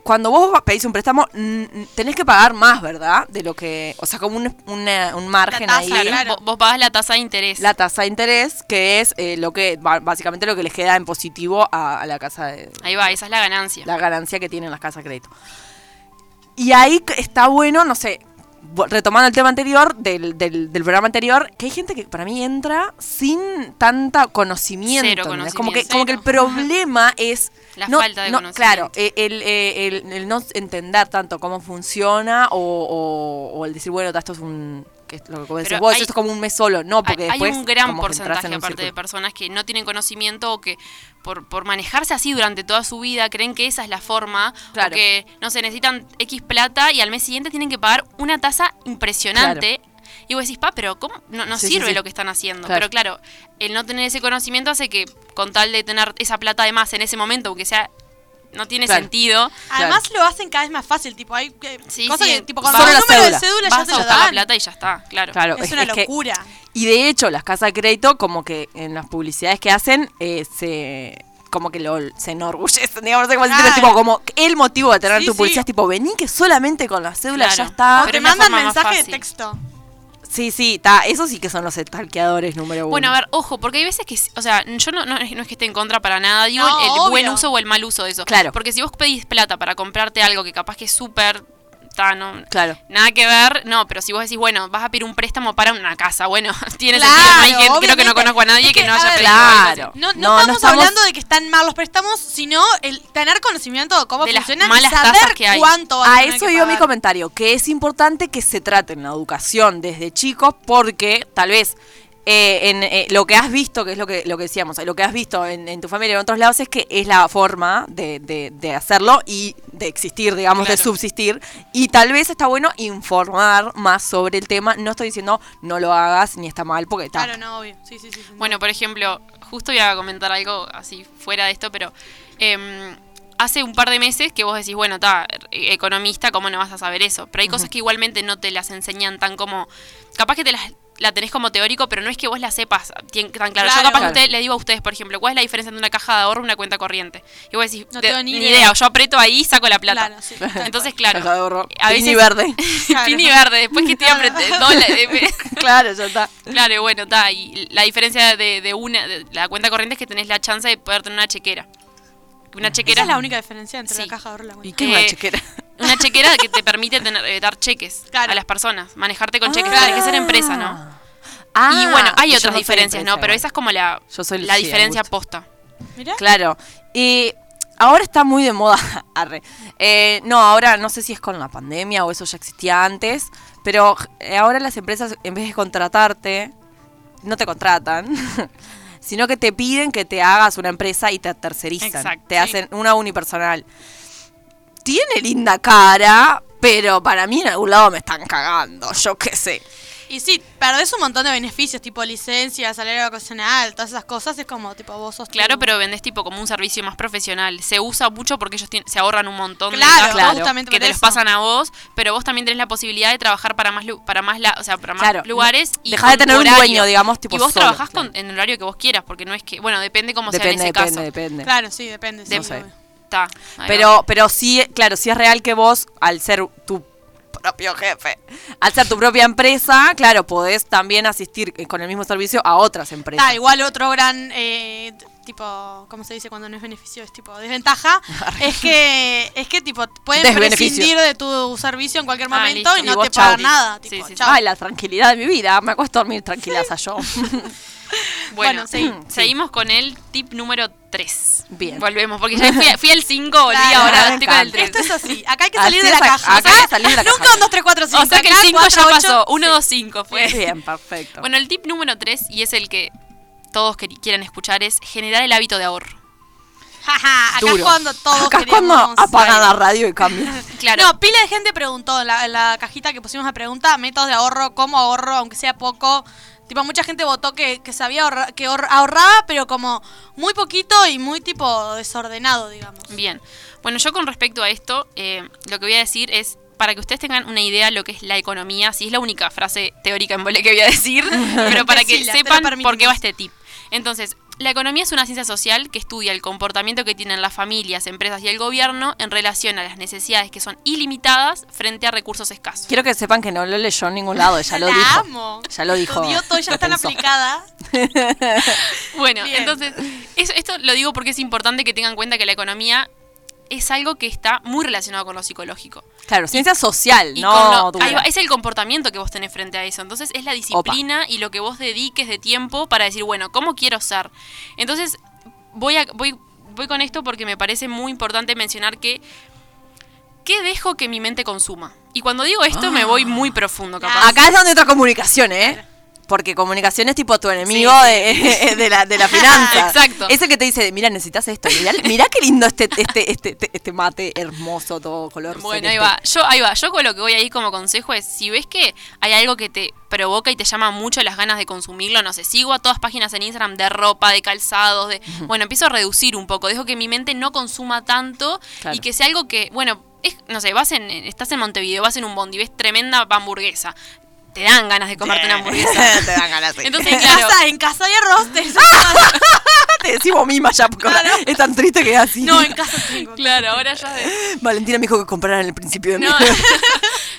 B: Cuando vos pedís un préstamo, mm, mm, tenés que pagar más, ¿verdad? De lo que. O sea, como un, una- un margen
A: tasa,
B: ahí.
A: claro.
H: Vos, vos pagás la tasa de interés.
B: La tasa de interés, que es eh, lo que ba- básicamente lo que les queda en positivo a, a la casa de
H: Ahí va, esa es la ganancia.
B: la ganancia que tienen las casas de crédito. Y ahí c- está bueno, no sé, vo- retomando el tema anterior, del, del- del programa anterior, que hay gente que para mí entra sin tanta conocimiento.
H: Cero
B: ¿entendés? Como que,
H: conocimiento.
B: como que el problema es...
H: La
B: no-
H: falta de
B: no,
H: conocimiento.
B: Claro, eh, el, eh, el- el no entender tanto cómo funciona o, o- o el decir, bueno, esto es un... que es lo que vos decís
H: Pero
B: vos,
H: hay-
B: esto es como un mes solo. No, porque
H: hay, hay
B: después
H: un gran
B: como que entras
H: porcentaje
B: en un
H: aparte de
B: círculo.
H: personas que no tienen conocimiento o que por, por manejarse así durante toda su vida creen que esa es la forma
B: Claro.
H: o que no se necesitan X plata y al mes siguiente tienen que pagar una tasa impresionante. Y vos decís, pa, pero ¿cómo? No, no
B: Sí, sí,
H: sirve
B: sí.
H: lo que están haciendo.
B: Claro.
H: Pero claro, el no tener ese conocimiento hace que con tal de tener esa plata de más en ese momento, aunque sea, no tiene
B: Claro.
H: sentido,
A: Además lo hacen cada vez más fácil, tipo, hay eh,
H: Sí,
A: cosas
H: sí,
A: que tipo con
H: vas-
A: el
B: Solo la
A: número de
B: cédula.
A: cédula ya
H: vas
A: te
H: a
A: lo
H: usar la
A: dan.
H: plata y ya está, claro.
B: Claro,
A: Es una
B: que-
A: locura.
B: y de hecho, las casas de crédito, como que en las publicidades que hacen, eh, se como que lo, se enorgullecen, digamos, no sé cómo decirlo,
A: Claro.
B: tipo, como el motivo de tener
A: Sí,
B: tu
A: sí.
B: publicidad es tipo, vení que solamente con la cédula ya
H: Claro.
B: está.
A: O
H: Pero
A: te
H: es la
A: mandan
H: forma más
A: mensaje de
H: fácil.
A: texto.
B: Sí, sí, está. Eso sí que son los estalqueadores número uno.
H: Bueno, a ver, ojo, porque hay veces que, s- o sea, yo no, no, es- no es que esté en contra para nada, digo
A: No,
H: el, el
A: obvio.
H: buen uso o el mal uso de eso.
B: Claro.
H: Porque si vos pedís plata para comprarte algo que capaz que es súper, ta, no,
B: Claro.
H: nada que ver, no, pero si vos decís, bueno, vas a pedir un préstamo para una casa, bueno, tiene
A: Claro,
H: sentido, no hay gente- creo que
A: obviamente.
H: no conozco a nadie
A: Es
H: que,
A: que,
H: no
A: a
H: haya
A: ver,
H: pedido algo así.
B: claro.
A: No, no,
B: No, no
A: estamos,
B: estamos-
A: hablando de que están mal los préstamos, sino el tener conocimiento de cómo
H: De las
A: funcionan y
H: malas tasas
A: saber
H: que hay.
A: cuánto vas a
B: A
A: tener
B: eso
A: que
B: iba mi
A: pagar.
B: comentario, que es importante que se trate en la educación desde chicos porque tal vez eh, en eh, lo que has visto, que es lo que, lo que decíamos, eh, lo que has visto en, en tu familia y en otros lados es que es la forma de, de- de hacerlo y de existir, digamos, de
H: Claro.
B: subsistir. Y tal vez está bueno informar más sobre el tema. No estoy diciendo no lo hagas ni está mal porque está.
A: Claro, no, obvio. Sí, sí, sí. sí.
H: Bueno, por ejemplo, justo iba a comentar algo así fuera de esto, pero em, hace un par de meses que vos decís, bueno, está, economista, ¿cómo no vas a saber eso? Pero hay cosas que igualmente no te las enseñan tan como. Capaz que te las. La tenés como teórico, pero no es que vos la sepas tien- tan claro.
A: Claro.
H: Yo capaz
B: Claro.
H: que ustedes- le digo a ustedes, por ejemplo, ¿cuál es la diferencia entre una caja de ahorro y una cuenta corriente? Y vos decís,
A: No
H: de-
A: tengo ni
H: ni,
A: idea.
H: idea. Yo aprieto ahí y saco la plata.
A: Claro, sí, tal cual.
H: Entonces, claro.
B: Caja de ahorro,
H: a
B: pin y
H: veces-
B: verde.
A: Claro.
H: pin y verde. Después que te iba a apretar. dólar-
B: claro, ya está.
H: Claro, y bueno, está. Y la diferencia de, de una de la cuenta corriente es que tenés la chance de poder tener una chequera. Una
A: Esa
H: chequera
A: es la única diferencia entre
H: Sí.
A: la caja de ahorro y la cuenta.
B: ¿Y qué es una
H: Eh,
B: chequera?
H: Una chequera que te permite tener, eh, dar cheques
A: Claro.
H: a las personas, manejarte con cheques. Tenés que ser empresa, ¿no?
B: Ah,
H: y bueno, hay
B: yo
H: otras
B: no soy
H: diferencias,
B: empresa,
H: ¿no? Pero
B: igual.
H: esa es como la,
B: Yo soy
H: la
B: Lucía,
H: diferencia
B: Augusto.
H: posta.
A: Mirá.
B: Claro. Y ahora está muy de moda. Arre. Eh, no, ahora no sé si es con la pandemia o eso ya existía antes, pero eh, ahora las empresas, en vez de contratarte, no te contratan. sino que te piden que te hagas una empresa y te tercerizan.
H: Exacto.
B: Te
H: Sí.
B: hacen una unipersonal. Tiene linda cara, pero para mí en algún lado me están cagando, yo qué sé.
A: Y sí, perdés un montón de beneficios, tipo licencia, salario vacacional, todas esas cosas. Es como, tipo, vos sos.
H: Claro,
A: tu-
H: pero vendés tipo como un servicio más profesional. Se usa mucho porque ellos tien- se ahorran un montón
A: Claro,
H: de gastos
A: justamente
H: que
A: por
H: te los
A: eso.
H: pasan a vos, pero vos también tenés la posibilidad de trabajar para más lu- para más la, o sea, para más
B: Claro,
H: lugares y
B: dejás de
H: con tu
B: tener un
H: horario.
B: dueño, digamos, tipo
H: Y vos
B: solo,
H: trabajás
B: claro.
H: con- en el horario que vos quieras, porque no es que, bueno, depende cómo
B: Depende,
H: sea en ese
B: depende,
H: caso.
B: depende.
A: Claro, sí, depende. sí,
B: No sé.
A: obvio.
H: Está, ahí va.
B: Pero, pero sí, claro, sí es real que vos, al ser tu propio jefe. Al ser tu propia empresa, claro, podés también asistir eh, con el mismo servicio a otras empresas.
A: Ah, igual otro gran eh, t- tipo, ¿cómo se dice cuando no es beneficio? Es tipo desventaja. es que, es que tipo, pueden
B: Desbeneficio.
A: prescindir de tu servicio en cualquier
H: Ah,
A: momento
H: listo.
A: y
B: Y
A: no
B: vos
A: te
B: chau.
A: pagan nada.
H: Sí,
A: tipo,
H: sí, sí.
A: chau.
B: Ay, la tranquilidad de mi vida. Me acuesto a dormir tranquilaza yo.
H: Bueno,
A: Bueno, sí.
H: seguimos con el tip número 3.
B: Bien.
H: Volvemos, porque ya fui, fui al 5, volví
A: Claro,
H: ahora,
B: me
H: estoy con el
B: encanta.
H: 3.
A: Esto es así. Acá hay que
B: Así
A: salir de
B: es
A: la
B: ac-
A: caja.
B: acá hay que salir de la
A: nunca
B: caja.
A: un 2, 3, 4, 5.
H: o sea que el
A: Acá
H: 5
A: cuatro,
H: ya
A: ocho.
H: pasó, 1, 2, 5 fue.
B: Bien, perfecto.
H: Bueno, el tip número 3, y es el que todos que quieran escuchar, es generar el hábito de ahorro.
A: Jaja, acá es
B: Duro.
A: cuando todos
B: Acá es cuando
A: queremos
B: apagan la
A: algo.
B: radio y cambian.
H: Claro.
A: No, pila de gente preguntó en la, en la cajita que pusimos la pregunta, métodos de ahorro, cómo ahorro, aunque sea poco. Tipo, mucha gente votó que, que sabía ahorra- que ahor- ahorraba, pero como muy poquito y muy tipo desordenado, digamos.
H: Bien. Bueno, yo con respecto a esto, eh, lo que voy a decir es, para que ustedes tengan una idea de lo que es la economía, si es la única frase teórica en vole que voy a decir, pero para que
A: Decila, te la
H: sepan por qué
A: permitimos.
H: va este tip. Entonces, la economía es una ciencia social que estudia el comportamiento que tienen las familias, empresas y el gobierno en relación a las necesidades que son ilimitadas frente a recursos escasos.
B: Quiero que sepan que no lo leyó en ningún lado. Ya lo
A: la
B: dijo.
A: amo.
B: Ya lo dijo.
A: Estudió todo, ya
B: lo
A: están
B: pensó.
A: aplicada.
H: Bueno,
A: Bien.
H: entonces, eso- esto lo digo porque es importante que tengan en cuenta que la economía es algo que está muy relacionado con lo psicológico.
B: Claro, ciencia social,
H: Y
B: no
H: con lo- ahí va,
B: dura.
H: es el comportamiento que vos tenés frente a eso. Entonces es la disciplina y lo que vos dediques de tiempo para decir, bueno, ¿cómo quiero ser? Entonces voy, a, voy, voy con esto porque me parece muy importante mencionar que... ¿Qué dejo que mi mente consuma? Y cuando digo esto me voy
B: Ah.
H: muy profundo, capaz.
B: Acá es donde entra comunicación, ¿eh? Porque comunicación es tipo tu enemigo De, de la, de la finanza.
H: Exacto.
B: Es el que te dice, mira, necesitas esto. Mirá, mirá qué lindo este, este, este, este- este mate hermoso, todo color. celeste".
H: Bueno, ahí va. Yo, ahí va. Yo con lo que voy ahí como consejo es, si ves que hay algo que te provoca y te llama mucho las ganas de consumirlo, no sé, sigo a todas páginas en Instagram de ropa, de calzados, de... Bueno, empiezo a reducir un poco, dejo que mi mente no consuma tanto
B: Claro.
H: y que sea algo que, bueno, es, no sé, vas en, estás en Montevideo, vas en un bondi, ves tremenda hamburguesa. Te dan ganas de comerte una hamburguesa.
B: te dan ganas. sí.
H: Entonces,
A: En
H: claro,
A: casa, en casa de arroz. te-
B: te decimos mima ya, porque ahora es tan triste que es así.
A: no, en casa tengo.
H: claro, ahora ya... de-
B: Valentina me dijo que compraran el principio de mi
H: No,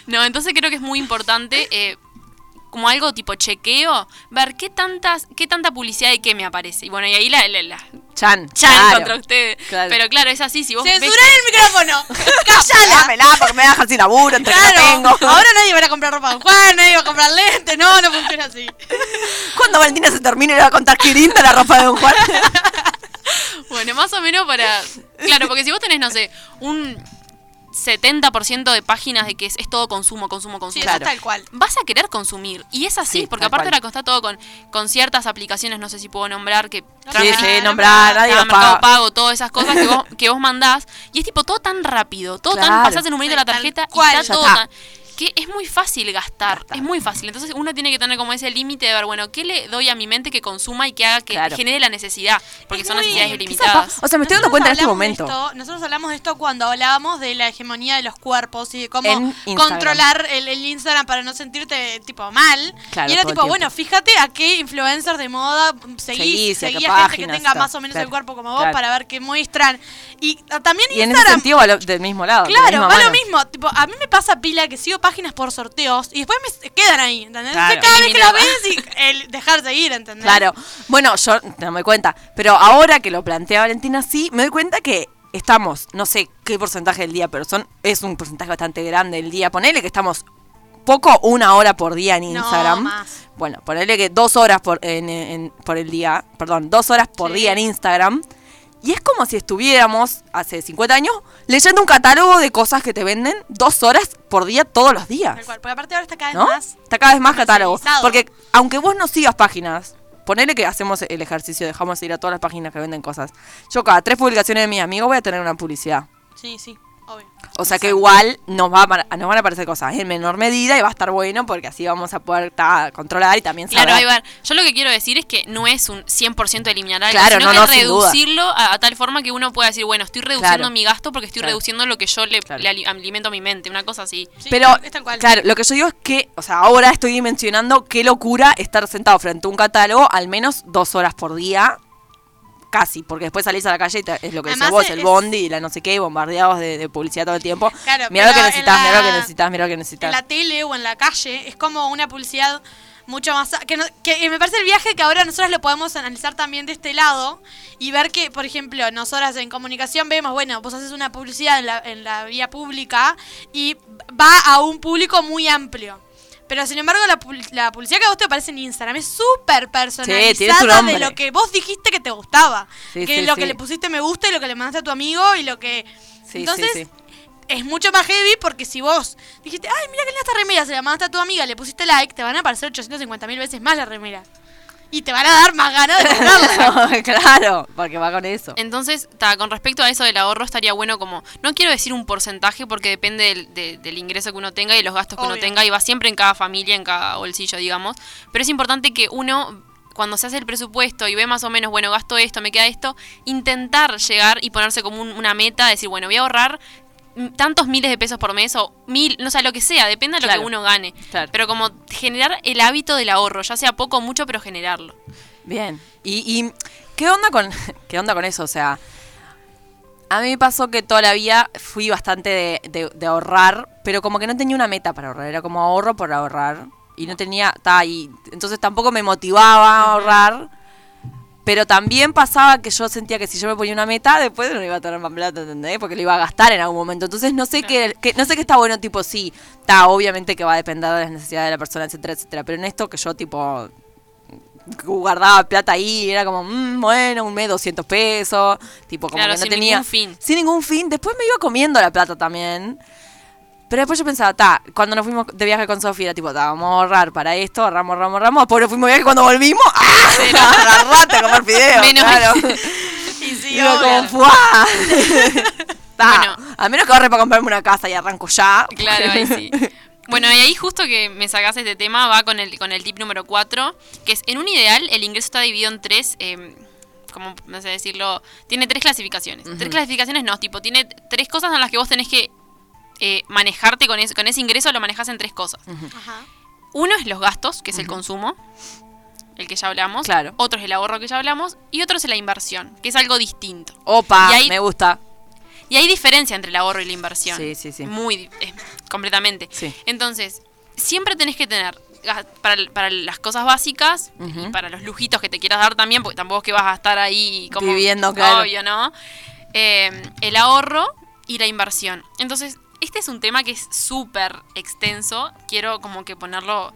H: no, entonces creo que es muy importante, eh, como algo tipo chequeo, ver qué tantas, qué tanta publicidad y qué me aparece. Y bueno, y ahí la, la, la-
B: Chan,
H: chan
B: claro.
H: contra ustedes.
B: claro.
H: Pero claro, es así, si vos ves-
A: Censurá el micrófono. Cállala.
B: Dámela, porque me voy a dejar sin laburo, entre que no
A: Claro,
B: tengo.
A: ahora nadie va a ir a comprar ropa de Juan, nadie va a comprar lentes, no, no funciona así.
B: Cuando Valentina se termine, le va a contar que linda la ropa de Don Juan.
H: Bueno, más o menos para. Claro, porque si vos tenés, no sé, un 70% de páginas de que es, es todo consumo, consumo,
A: Sí,
H: consumo.
A: eso es tal cual.
H: vas a querer consumir. Y es así,
B: Sí,
H: porque
B: tal
H: aparte
B: cual.
H: ahora está todo con, con ciertas aplicaciones, no sé si puedo nombrar, que
B: Sí,
H: trabajan-
B: sí, nombrar, nadie
H: Cada
B: los
H: mercado
B: paga.
H: pago, todas esas cosas que vos, que vos mandás. Y es tipo todo tan rápido, todo tan.
B: Claro.
H: Pasás el numerito de la
A: Sí, tal
H: tarjeta y
A: cual.
H: está
B: Ya
H: todo
B: está.
H: tan. Que es muy fácil gastar, es muy fácil. Entonces uno tiene que tener como ese límite de ver, bueno, ¿qué le doy a mi mente que consuma y que haga que
B: Claro.
H: genere la necesidad? Porque
A: Es
H: son
A: muy-
H: necesidades
A: quizá
H: ilimitadas.
B: O sea, me estoy dando
A: Nosotros
B: cuenta en este
A: hablamos de
B: momento.
A: esto- nosotros hablamos de esto cuando hablábamos de la hegemonía de los cuerpos y de cómo
B: En Instagram.
A: controlar el, el Instagram para no sentirte tipo mal.
B: Claro,
A: y era
B: todo el
A: tipo,
B: tiempo.
A: bueno, fíjate a qué influencers de moda seguís,
B: Seguís y a qué
A: seguí a gente que
B: páginas,
A: tenga
B: está.
A: más o menos el
B: Claro,
A: cuerpo como vos
B: claro.
A: para ver qué muestran. Y ah, también
B: Y en ese
A: Instagram
B: sentido va lo- del mismo lado. de la
A: Claro,
B: misma
A: va
B: mano.
A: lo mismo. Tipo, a mí me pasa pila que sigo páginas por sorteos y después me s- quedan ahí, ¿entendés?
B: Claro.
A: Entonces, cada vez que la
H: Eliminada.
A: ves y el dejar de ir, ¿entendés?
B: Claro. Bueno, yo no me cuenta. Pero ahora que lo plantea Valentina, sí, me doy cuenta que estamos, no sé qué porcentaje del día, pero son, es un porcentaje bastante grande del día. Ponele que estamos poco una hora por día en
A: No,
B: Instagram.
A: más.
B: Bueno, ponele que dos horas por, en- en- por el día, perdón, dos horas por
A: Sí.
B: día en Instagram. Y es como si estuviéramos, hace 50 años, leyendo un catálogo de cosas que te venden dos horas por día todos los días.
A: Tal cual. Porque aparte ahora está cada vez
B: ¿no?
A: más.
B: Está cada vez más catálogo.
A: comercializado.
B: Porque aunque vos no sigas páginas, ponele que hacemos el ejercicio, dejamos de ir a todas las páginas que venden cosas. Yo cada tres publicaciones de mis amigos voy a tener una publicidad.
A: Sí, sí, obvio.
B: O sea que igual nos, va a par- nos van a aparecer cosas en menor medida y va a estar bueno porque así vamos a poder ta, controlar y también saber.
H: Claro, ahí va. Yo lo que quiero decir es que no es un 100% eliminar algo,
B: Claro, no,
H: sino que
B: no, sin duda.
H: reducirlo a, a tal forma que uno pueda decir, bueno, estoy reduciendo
B: Claro.
H: mi gasto porque estoy
B: Claro.
H: reduciendo lo que yo le,
B: Claro.
H: le ali- alimento a mi mente, una cosa así.
A: Sí,
B: Pero,
A: es tal cual.
B: claro, lo que yo digo es que, o sea, ahora estoy dimensionando qué locura estar sentado frente a un catálogo al menos dos horas por día casi, porque después salís a la calle y te- es lo que decís
A: Además,
B: vos,
A: es-
B: el bondi y la no sé qué, y bombardeados de, de publicidad todo el tiempo.
A: Claro,
B: mirá lo
A: pero
B: que
A: en
B: necesitas, mirá lo
A: la-
B: que necesitas, mirá lo que
A: en
B: necesitas.
A: la tele o en la calle es como una publicidad mucho más que, no- que eh, me parece el viaje que ahora nosotras lo podemos analizar también de este lado y ver que por ejemplo nosotras en comunicación vemos bueno vos haces una publicidad en la, en la vía pública y va a un público muy amplio pero sin embargo la, pul- la publicidad que a vos te aparece en Instagram es súper
B: tiene su
A: personalizada de
B: nombre.
A: lo que vos dijiste que te gustaba
B: Sí,
A: que
B: sí,
A: lo
B: sí.
A: que le pusiste me gusta y lo que le mandaste a tu amigo y lo que
B: Sí, sí,
A: entonces
B: sí.
A: es mucho más heavy porque si vos dijiste, ay, mira que linda esta remera, se la mandaste a tu amiga, le pusiste like, te van a aparecer 850 mil veces más la remera. Y te van a dar más ganas de comprarla.
B: claro, porque va con eso.
H: Entonces, ta, con respecto a eso del ahorro, estaría bueno como, no quiero decir un porcentaje porque depende del, de- del ingreso que uno tenga y de los gastos que uno
A: Obvio.
H: tenga y va siempre en cada familia, en cada bolsillo, digamos. Pero es importante que uno, cuando se hace el presupuesto y ve más o menos, bueno, gasto esto, me queda esto, intentar llegar y ponerse como un- una meta, decir, bueno, voy a ahorrar mm, tantos miles de pesos por mes o mil, no sé, lo que sea, depende de lo
B: Claro.
H: que uno gane.
B: Claro.
H: Pero como generar el hábito del ahorro, ya sea poco o mucho, pero generarlo.
B: Bien. ¿Y, y qué onda con qué onda con eso? O sea, a mí me pasó que toda la vida fui bastante de, de- de ahorrar, pero como que no tenía una meta para ahorrar, era como ahorro por ahorrar. Y no tenía, ta, y entonces tampoco me motivaba a ahorrar. Pero también pasaba que yo sentía que si yo me ponía una meta, después no iba a tener más plata, ¿entendés? Porque lo iba a gastar en algún momento. Entonces no sé qué, qué- no sé qué está bueno, tipo, sí, está, obviamente que va a depender de las necesidades de la persona, etcétera, etcétera. Pero en esto que yo, tipo, guardaba plata ahí, era como, mm, bueno, un mes 200 pesos, tipo como
H: Claro,
B: que no
H: sin
B: tenía...
H: ningún fin.
B: Sin ningún fin. Después me iba comiendo la plata también. Pero después yo pensaba, ta, cuando nos fuimos de viaje con Sofía, era tipo, ta, vamos a ahorrar para esto, ahorramos, ahorramos, ahorramos. Después nos fuimos de viaje cuando volvimos, ¡ah! Agarrate a comer fideos,
H: Menos.
B: claro.
A: y sí,
B: Digo,
A: obvio.
B: como, ¡fua! Ta,
H: Bueno.
B: a menos que ahorre para comprarme una casa y arranco ya.
H: Claro, ahí sí. Bueno, y ahí justo que me sacas este tema va con el, con el tip número 4, que es en un ideal el ingreso está dividido en tres, eh, como no sé decirlo, tiene tres clasificaciones. Tres clasificaciones no, tipo, tiene tres cosas en las que vos tenés que eh, manejarte con, es- con ese ingreso, lo manejás en tres cosas.
A: Ajá.
H: Uno es los gastos, que es el consumo, el que ya hablamos.
B: Claro.
H: Otro es el ahorro que ya hablamos. Y otro es la inversión, que es algo distinto.
B: Opa,
H: Y ahí-
B: me gusta.
H: Y hay diferencia entre el ahorro y la inversión.
B: Sí, sí, sí.
H: Muy, di- eh, completamente.
B: Sí.
H: Entonces, siempre tenés que tener gas- para, el- para las cosas básicas y para los lujitos que te quieras dar también, porque tampoco es que vas a estar ahí como...
B: Viviendo, claro.
H: Obvio, ¿no? Eh, el ahorro y la inversión. Entonces, este es un tema que es súper extenso. Quiero como que ponerlo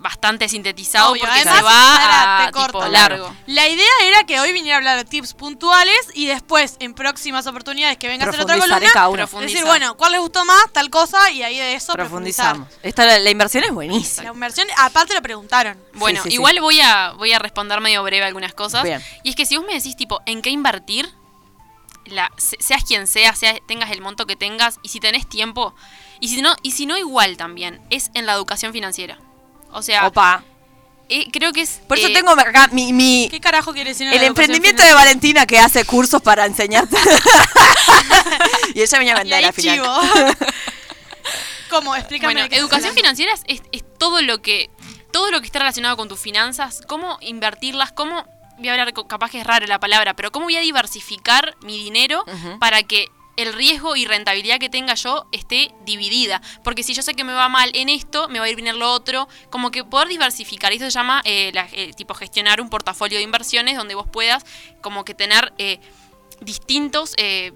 H: bastante sintetizado
A: Obvio,
H: porque se
A: además,
H: va
A: para,
H: a
A: te
H: tipo,
A: corto.
H: largo.
A: La idea era que hoy viniera a hablar de tips puntuales y después, en próximas oportunidades que venga a hacer otra
B: Profundizar en
A: columna,
B: cada uno.
A: decir,
H: Profundizar.
A: bueno, ¿cuál les gustó más? Tal cosa, y ahí de eso profundizar.
B: Profundizamos. Esta, la, la inversión es buenísima.
A: La inversión, aparte lo preguntaron.
H: Bueno,
B: Sí, sí, sí.
H: igual voy a voy a responder medio breve algunas cosas.
B: Bien.
H: Y es que si vos me decís tipo, ¿en qué invertir? La, se- seas quien seas, seas- tengas el monto que tengas, y si tenés tiempo, y si no, y si no igual también, es en la educación financiera. O sea,
B: Opa.
H: eh, creo que es.
B: Por eso
H: eh,
B: tengo acá mi, mi-
A: ¿Qué carajo quiere decir una
B: el
A: educación
B: emprendimiento de
A: financiera?
B: Valentina que hace cursos para enseñarte. y ella venía a
A: Y
B: vender
A: ahí
B: al final.
A: chivo. ¿Cómo? Explícame.
H: Bueno,
A: de qué estás
H: educación
A: hablando.
H: financiera es, es- es todo lo que todo lo que está relacionado con tus finanzas, cómo invertirlas, cómo voy a hablar co- capaz que es raro la palabra, pero cómo voy a diversificar mi dinero para que el riesgo y rentabilidad que tenga yo esté dividida, porque si yo sé que me va mal en esto, me va a ir bien en lo otro, como que poder diversificar, y eso se llama eh, la- eh, tipo gestionar un portafolio de inversiones donde vos puedas como que tener eh, distintos eh,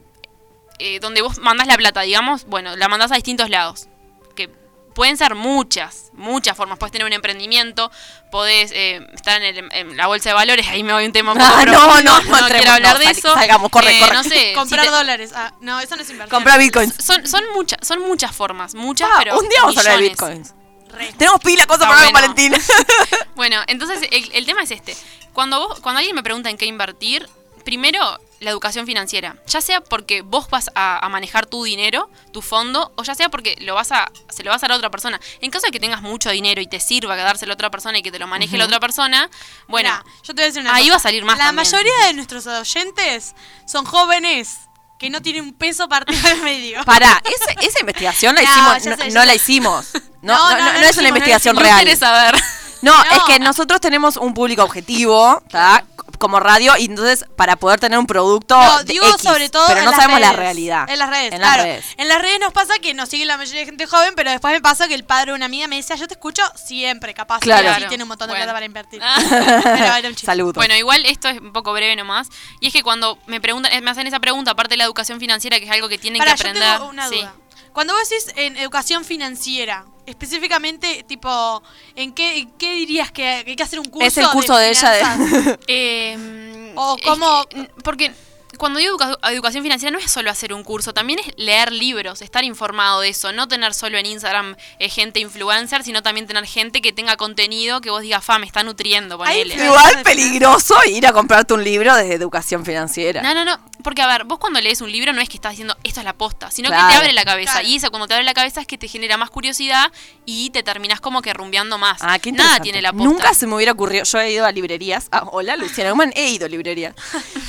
H: eh, donde vos mandás la plata, digamos, bueno, la mandás a distintos lados. Que pueden ser muchas, muchas formas. Podés tener un emprendimiento, podés eh, estar en, el- en la bolsa de valores, ahí me voy un tema un poco
B: Ah, no, no,
H: profundo,
B: no entremos,
H: quiero hablar
B: no,
H: de
B: sal-
H: eso. Eh,
B: salgamos, corre, corre.
H: No sé,
A: Comprar
H: si te-
A: dólares. Ah, no, eso no es inversión.
B: Comprar bitcoins.
H: son, son, muchas, son muchas formas, muchas,
B: Ah,
H: pero
B: un día vamos a hablar de
H: millones.
B: bitcoins.
A: Re.
B: Tenemos pila cosas
H: Está
B: para hablar con
H: bueno.
B: Valentina.
H: Bueno, entonces el, el tema es este. Cuando vos, cuando alguien me pregunta en qué invertir, primero la educación financiera. Ya sea porque vos vas a, a manejar tu dinero, tu fondo, o ya sea porque lo vas a, se lo vas a dar a otra persona. En caso de que tengas mucho dinero y te sirva que dárselo a otra persona y que te lo maneje la otra persona, bueno,
A: Mirá, yo te voy a decir una
H: ahí
A: cosa.
H: va a salir más
A: La
H: también.
A: mayoría de nuestros oyentes son jóvenes que no tienen un peso partido al medio.
B: Pará, esa, esa investigación la
A: No,
B: hicimos.
A: ya
B: No,
A: sé, ya
B: no
A: sé.
B: la hicimos. No,
A: No,
B: no,
A: no,
B: no,
A: no la
B: no es una
A: hicimos, no la
B: investigación
A: hicimos.
H: no
B: real.
H: quieres saber.
B: No,
A: No.
B: es que nosotros tenemos un público objetivo, ¿tá? como radio y entonces para poder tener un producto
A: No,
B: de
A: digo
B: X,
A: sobre todo
B: pero
A: en
B: no
A: las
B: sabemos la
A: redes.
B: realidad
A: En las redes,
B: en las
A: claro.
B: redes.
A: En las redes nos pasa que nos sigue la mayoría de gente joven, pero después me pasa que el padre de una amiga me decía, yo te escucho siempre, capaz.
B: Claro.
A: pero sí
H: Claro.
A: tiene un montón de
H: Bueno.
A: plata para invertir.
H: Ah.
A: pero era un chiste.
B: saludos
H: Bueno, igual esto es un poco breve nomás. Y es que cuando me preguntan, me hacen esa pregunta, aparte de la educación financiera, que es algo que tienen
A: Pará,
H: que
A: yo
H: aprender.
A: tengo una
H: Sí.
A: duda. Cuando vos decís en educación financiera, específicamente, tipo, ¿en qué, en qué dirías que hay que hacer un curso?
B: es el curso de, ella
A: finanzas?
B: de
H: Eh,
A: O
H: es
A: cómo-
H: que- porque cuando digo educa- educación financiera no es solo hacer un curso, también es leer libros, estar informado de eso, no tener solo en Instagram eh, gente influencer, sino también tener gente que tenga contenido que vos digas, fa, me está nutriendo,
A: Hay
H: ponele.
A: influ-
B: igual peligroso ir a comprarte un libro desde educación financiera
H: No, no, no, porque a ver, vos cuando lees un libro no es que estás diciendo esto es la posta, sino que te
B: Claro.
H: abre la cabeza.
A: Claro.
H: Y eso cuando te abre la cabeza es que te genera más curiosidad y te terminás como que rumbeando más.
B: Ah, qué
H: Nada
B: interesante.
H: tiene la posta.
B: Nunca se me hubiera ocurrido. Yo he ido a librerías. Ah, hola, Luciana Guzmán. He ido a librerías.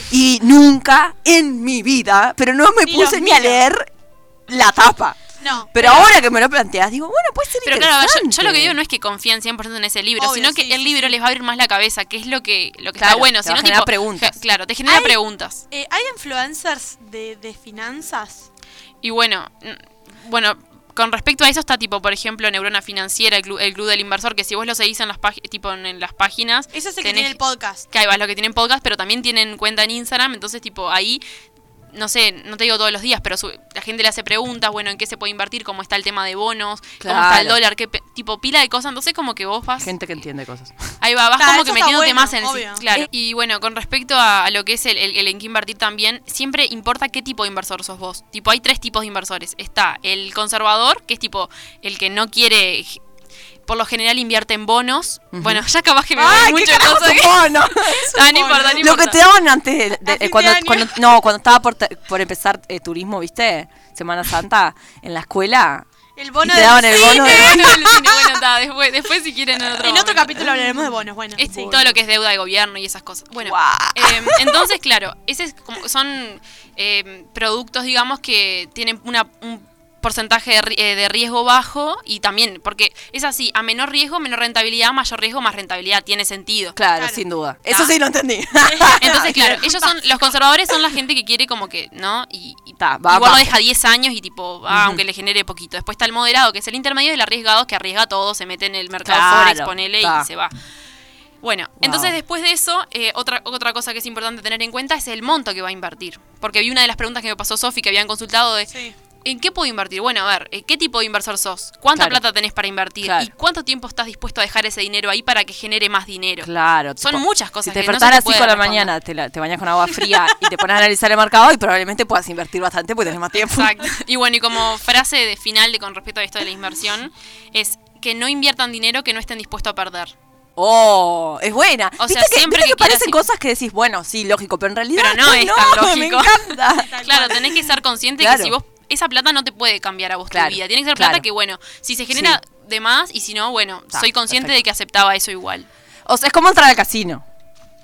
B: Y nunca en mi vida, pero no me
A: Ni
B: puse
A: los
B: ni a
A: miro.
B: leer la tapa.
A: No.
B: Pero ahora que me lo planteas, digo, bueno, puede ser
H: Pero claro,
B: interesante.
H: yo, yo lo que digo no es que confían 100% en ese libro,
A: Obvio,
H: sino que
A: sí,
H: el
A: sí,
H: libro
A: sí.
H: les va a abrir más la cabeza, que es lo que, lo que está
B: Claro,
H: bueno.
B: te
H: sino
B: va a generar
H: tipo,
B: preguntas.
H: ja- claro, te genera
A: Ay.
H: preguntas.
A: Eh, ¿Hay influencers de, de finanzas?
H: Y bueno, mm, bueno, con respecto a eso está tipo, por ejemplo, Neurona Financiera, el club, el club del inversor, que si vos lo seguís en las, pag- tipo, en, en las páginas...
A: Ese es el que
H: tenés-
A: tiene el podcast.
H: Que ahí vas, los que tienen podcast, pero también tienen cuenta en Instagram, entonces tipo ahí, no sé, no te digo todos los días, pero su- la gente le hace preguntas, bueno, en qué se puede invertir, cómo está el tema de bonos, cómo está el
B: Claro.
H: dólar, qué pe- tipo pila de cosas, entonces como que vos vas...
B: Gente que entiende cosas.
H: Ahí va, vas
A: Claro,
H: como
A: eso
H: que
A: está
H: metiéndote
A: bueno,
H: más en
A: obvio.
H: sí. Claro. Y bueno, con respecto a, a lo que es el, el, el en qué invertir también, siempre importa qué tipo de inversor sos vos. Tipo, hay tres tipos de inversores. Está el conservador, que es tipo el que no quiere. Por lo general invierte en bonos. Bueno, ya capaz que me voy
B: ¡Ay, qué
H: mucho
B: carajo
H: cosa que.
B: supono!
H: Ah, no importa, no
B: Lo que
H: importa.
B: te daban antes de- de-
A: A fin
B: cuando,
A: de año.
B: cuando- no, cuando estaba por, te- por empezar eh, turismo, ¿viste? Semana Santa, en la escuela.
A: El bono
B: y te
A: de
B: daban el
A: Lucía.
B: bono de-
H: Bueno, Lucina, bueno, está, después, después si quieren en otro
A: En otro
H: momento.
A: capítulo hablaremos de bonos, bueno.
H: Es todo lo que es deuda de gobierno y esas cosas. Bueno,
B: Guau.
H: eh, entonces, claro, ese es como- son eh, productos, digamos, que tienen una- un porcentaje de, ri- eh, de riesgo bajo y también, porque es así, a menor riesgo, menor rentabilidad, mayor riesgo, más rentabilidad, tiene sentido.
B: Claro,
A: Claro.
B: sin duda.
H: Ah.
B: Eso sí lo entendí.
H: Entonces, claro, ellos son, los conservadores son la gente que quiere como que, ¿no? Y, y
B: Ta, va
H: igual lo
B: abajo.
H: deja 10 años y tipo, ah, aunque le genere poquito. Después está el moderado, que es el intermedio del arriesgado, que arriesga todo, se mete en el mercado
B: Claro,
H: forex, ponele y
B: ta.
H: se va. Bueno, entonces después de eso, eh, otra, otra cosa que es importante tener en cuenta es el monto que va a invertir. Porque vi una de las preguntas que me pasó Sofi que habían consultado de
A: Sí.
H: ¿en qué puedo invertir? Bueno, a ver, eh, ¿qué tipo de inversor sos? ¿Cuánta
B: Claro.
H: plata tenés para invertir?
B: Claro.
H: ¿Y cuánto tiempo estás dispuesto a dejar ese dinero ahí para que genere más dinero?
B: Claro.
H: Son
B: tipo,
H: muchas cosas
B: Si te
H: que no se te
B: despertás a las
H: puede
B: 5 de la
H: responder.
B: mañana, te, la- te bañas con agua fría y te pones a analizar el mercado y probablemente puedas invertir bastante porque tenés más tiempo.
H: Exacto. Y bueno, y como frase de final de con respecto a esto de la inversión, es que no inviertan dinero que no estén dispuestos a perder.
B: Oh, es buena.
H: O
B: ¿Viste
H: sea,
B: que,
H: siempre
B: viste
H: que
B: que parecen
H: quieras-
B: cosas que decís, bueno, sí, lógico, pero en realidad.
H: Pero no es tan
B: Me
H: lógico.
B: encanta.
H: Claro, tenés que ser consciente que
B: Claro.
H: si vos. Esa plata no te puede cambiar a vos
B: Claro,
H: tu vida. Tiene que ser
B: claro.
H: plata que, bueno, si se genera de más y si no, bueno,
B: Está,
H: soy consciente
B: perfecto.
H: de que aceptaba eso igual.
B: O sea, es como entrar al casino.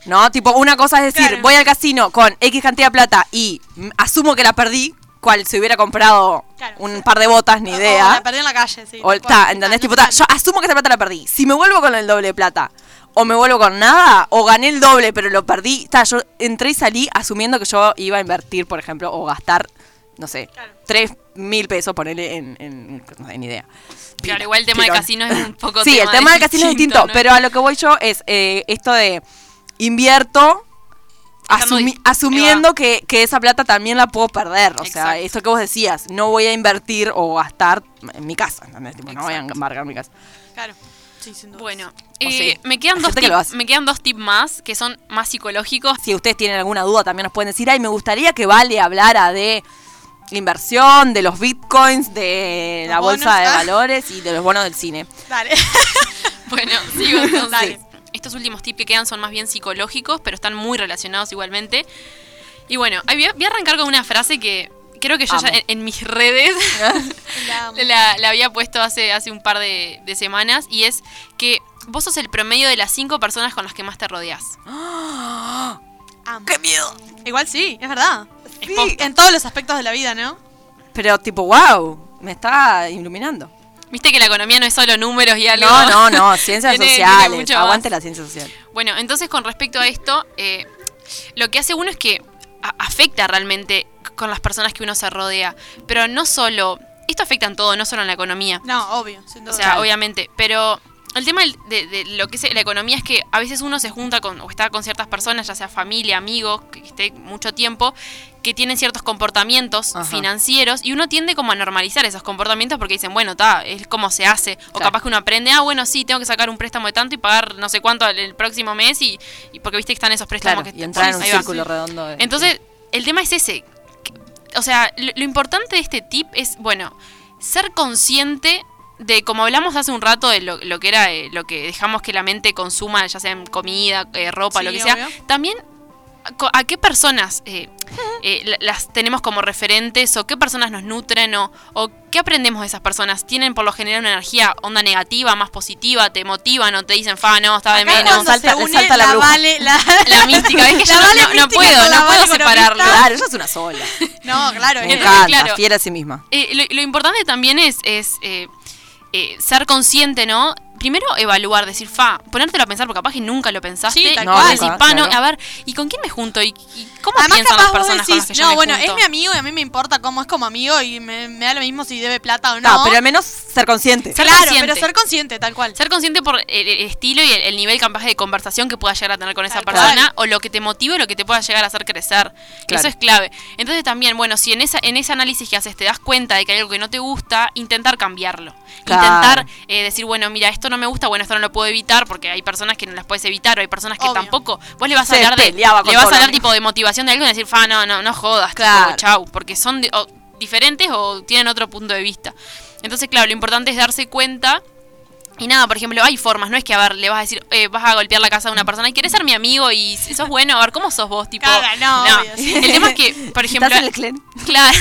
B: ¿No? Tipo, una cosa es decir,
A: Claro.
B: voy al casino con X cantidad de plata y mm, asumo que la perdí, cual si hubiera comprado
A: Claro.
B: un par de botas, ni
A: O- o
B: idea.
A: la perdí en la calle, sí. tal
B: O
A: cual.
B: está, ¿entendés? Tipo, ta, yo asumo que esta plata la perdí. Si me vuelvo con el doble de plata, o me vuelvo con nada, o gané el doble, pero lo perdí. Ta, yo entré y salí asumiendo que yo iba a invertir, por ejemplo, o gastar, no sé,
A: Claro.
B: tres mil pesos, ponerle en, en- no sé, ni idea.
H: Claro,
B: Pila,
H: igual el tema del
B: tirón.
H: casino es un poco
B: Sí, el tema del casino es distinto,
H: ¿no?
B: pero a lo que voy yo es eh, esto de invierto.
H: Estando
B: asumi-
H: dis- ahí va.
B: asumiendo que, que esa plata también la puedo perder. O sea,
H: Exacto.
B: esto que vos decías, no voy a invertir o gastar en mi casa. ¿entendés? Tipo, no voy a
H: Exacto.
B: embargar mi casa.
A: Claro. Sí, sin duda.
H: Bueno,
B: O
H: eh,
B: sí.
H: me, quedan
B: Hay
H: dos
B: gente que
H: tip-
B: lo hace.
H: me quedan dos tips más que son más psicológicos.
B: Si ustedes tienen alguna duda, también nos pueden decir, ay, me gustaría que Vale hablara de inversión, de los bitcoins, de la
A: Los bonos,
B: bolsa de
A: ah.
B: valores y de los bonos del cine.
A: Dale.
H: Bueno, sigo entonces.
A: Dale.
H: Estos últimos tips que quedan son más bien psicológicos, pero están muy relacionados igualmente. Y bueno, ahí voy a, voy a arrancar con una frase que creo que yo ya
B: Amo.
H: en, en mis redes
A: La amo.
H: la, la había puesto hace, hace un par de, de semanas y es que vos sos el promedio de las cinco personas con las que más te rodeas.
A: Amo.
B: ¡Qué miedo!
A: Igual sí, es verdad.
H: Es posta.
A: En todos los aspectos de la vida, ¿no?
B: Pero tipo, wow, me está iluminando.
H: Viste que la economía no es solo números y algo.
B: No, no, no, ciencias
H: Tiene- tiene
B: sociales.
H: mucho más.
B: Aguante la ciencia social.
H: Bueno, entonces con respecto a esto, eh, lo que hace uno es que a- afecta realmente c- con las personas que uno se rodea. Pero no solo, esto afecta en todo, no solo en la economía.
A: No, obvio, sin duda.
H: O sea, obviamente, pero el tema del- de, de lo que es la economía es que a veces uno se junta con o está con ciertas personas, ya sea familia, amigos, que esté mucho tiempo, que tienen ciertos comportamientos
B: Ajá.
H: financieros y uno tiende como a normalizar esos comportamientos porque dicen, bueno, ta, es como se hace. O
B: Claro.
H: capaz que uno aprende, ah, bueno, sí, tengo que sacar un préstamo de tanto y pagar no sé cuánto el, el próximo mes y, y porque viste que están esos préstamos
B: Claro,
H: que
B: y entrar en un
H: ahí va.
B: círculo redondo. de-
H: Entonces, el tema es ese. Que- O sea, lo, lo importante de este tip es, bueno, ser consciente de, como hablamos hace un rato, de lo, lo que era, eh, lo que dejamos que la mente consuma, ya sea en comida, eh, ropa,
A: Sí,
H: lo que sea.
A: obvio.
H: También, a co- ¿a qué personas eh, eh, la- las tenemos como referentes o qué personas nos nutren o, o qué aprendemos de esas personas? ¿Tienen por lo general una energía onda negativa, más positiva? ¿Te motivan o te dicen, fa, no, está de
A: Acá
H: menos?
A: cuando
B: Salta-
A: se une
B: salta la bruja.
A: Vale, la,
H: La mística, es que yo
A: la
H: no-
A: Vale
H: no- no
A: mística
H: puedo,
A: con la
H: no puedo
A: Vale
H: separarlo.
A: economista.
B: Claro, ella es una sola.
A: No, claro.
B: Me
A: es-
B: encanta,
H: claro.
B: fiera a sí misma.
H: Eh, lo, lo importante también es, es, eh, eh, ser consciente, ¿no? Primero evaluar, decir, fa, ponértelo a pensar, porque capaz que nunca lo pensaste.
A: Sí,
H: y
A: tal
H: vos
A: cual.
H: decís,
B: Nunca,
H: pa, no,
B: claro.
H: a ver, ¿y con quién me junto? ¿Y, y cómo
A: Además,
H: piensan
A: capaz
H: las personas
A: vos
H: con las que
A: decís,
H: yo
A: no,
H: me
A: bueno,
H: junto?
A: es mi amigo y a mí me importa cómo es como amigo y me, me da lo mismo si debe plata o no.
B: No, pero al menos ser consciente.
H: Ser
A: claro,
H: consciente.
A: pero ser consciente, tal cual.
H: Ser consciente por el, el estilo y el, el nivel capaz de conversación que puedas llegar a tener con esa
A: Tal
H: persona o lo que te motive o lo que te pueda llegar a hacer crecer.
B: Claro.
H: Eso es clave. Entonces también, bueno, si en, esa, en ese análisis que haces te das cuenta de que hay algo que no te gusta, intentar cambiarlo.
B: Claro.
H: Intentar eh, decir, bueno, mira, esto no me gusta, bueno, esto no lo puedo evitar porque hay personas que no las puedes evitar o hay personas que
A: Obvio.
H: tampoco. Vos le vas
B: Se
H: a hablar de... Le
B: peleaba
H: vas
B: con
H: a
B: todo lo
H: hablar
B: mismo.
H: tipo de motivación de algo y decir, fa, no, no, no jodas,
B: Claro.
H: tipo, chau, porque son de- o diferentes o tienen otro punto de vista. Entonces, claro, lo importante es darse cuenta y nada, por ejemplo, hay formas, no es que a ver, le vas a decir, eh, vas a golpear la casa de una persona y querés ser mi amigo y si sos bueno, a ver, ¿cómo sos vos? Tipo,
A: Caga, no, obvio, sí.
H: El tema es que, por ejemplo,
B: ¿Estás en el clan?
H: claro,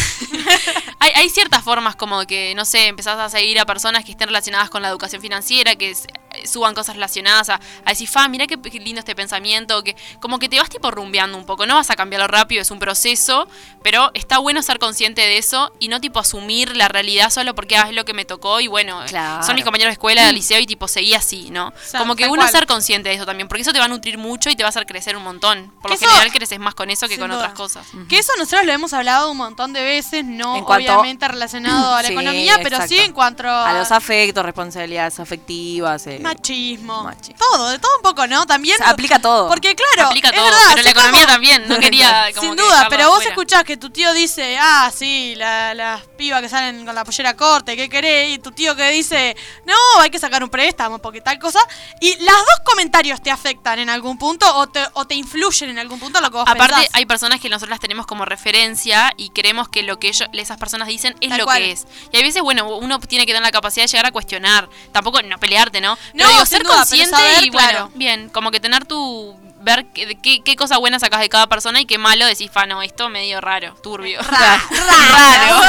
H: hay, hay ciertas formas como que, no sé, empezás a seguir a personas que estén relacionadas con la educación financiera, que es- eh, suban cosas relacionadas a, a decir, fa, mirá qué, qué lindo este pensamiento, que como que te vas tipo rumbeando un poco, no vas a cambiarlo rápido, es un proceso, pero está bueno ser consciente de eso y no tipo asumir la realidad solo porque ah, es lo que me tocó y bueno, eh,
B: Claro.
H: son mis compañeros de escuela, de liceo y tipo seguí así, ¿no?
A: Mm. sea,
H: como que
A: tal
H: uno
A: cual.
H: ser consciente de eso también, porque eso te va a nutrir mucho y te va a hacer crecer un montón. Por
A: Que
H: lo
A: eso-
H: general creces más con eso que
A: sin
H: con
A: duda.
H: otras cosas.
A: Que eso nosotros lo hemos hablado un montón de veces, no
B: En cuanto-
A: obviamente relacionado a la
B: Sí,
A: economía, pero sí
B: exacto.
A: en cuanto
B: A los afectos, responsabilidades afectivas. eh.
A: machismo,
B: Machi.
A: todo, de todo un poco, ¿no? También
B: Se aplica todo.
A: Porque claro,
H: Aplica
A: es
H: todo,
A: verdad,
H: pero la
A: sí, como-
H: economía también, no quería como
A: Sin
H: que
A: duda,
H: dejarlo
A: pero vos
H: afuera.
A: escuchás que tu tío dice, ah, sí, la- las pibas que salen con la pollera corta, ¿qué querés? Y tu tío que dice, no, hay que sacar un préstamo porque tal cosa. Y las dos comentarios te afectan en algún punto o te, o te influyen en algún punto en lo que vos
H: Aparte,
A: pensás.
H: hay personas que nosotros las tenemos como referencia y creemos que lo que ellos, esas personas dicen es
A: Tal
H: lo
A: cual.
H: que es. Y hay veces, bueno, uno tiene que tener la capacidad de llegar a cuestionar. Tampoco no pelearte, ¿no?
A: No,
H: Pero digo,
A: sin
H: ser
A: duda, pero
H: consciente
A: saber,
H: y bueno,
A: claro.
H: bien, como que tener tu. ver qué, de qué, qué cosa buena sacas de cada persona y qué malo decís, fa, no, esto medio raro, turbio. Raro.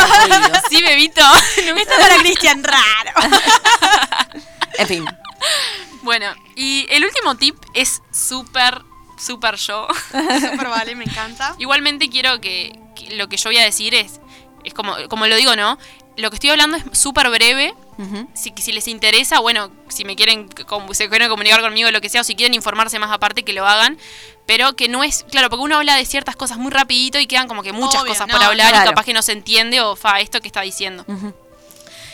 B: Ruido.
H: sí, bebito. Nunca
A: Esto para Cristian raro.
B: En fin.
H: Bueno, y el último tip es súper, súper yo.
A: Súper vale, me encanta.
H: Igualmente quiero que, que lo que yo voy a decir es, es como, como lo digo, ¿no? Lo que estoy hablando es súper breve.
B: Ujú.
H: Si, si les interesa, bueno, si me quieren, com- se quieren comunicar conmigo, lo que sea, o si quieren informarse más aparte, que lo hagan. Pero que no es, claro, porque uno habla de ciertas cosas muy rapidito y quedan como que muchas
A: Obvio,
H: cosas
A: no,
H: por hablar
B: claro.
H: y capaz que no se entiende o, fa, esto que está diciendo.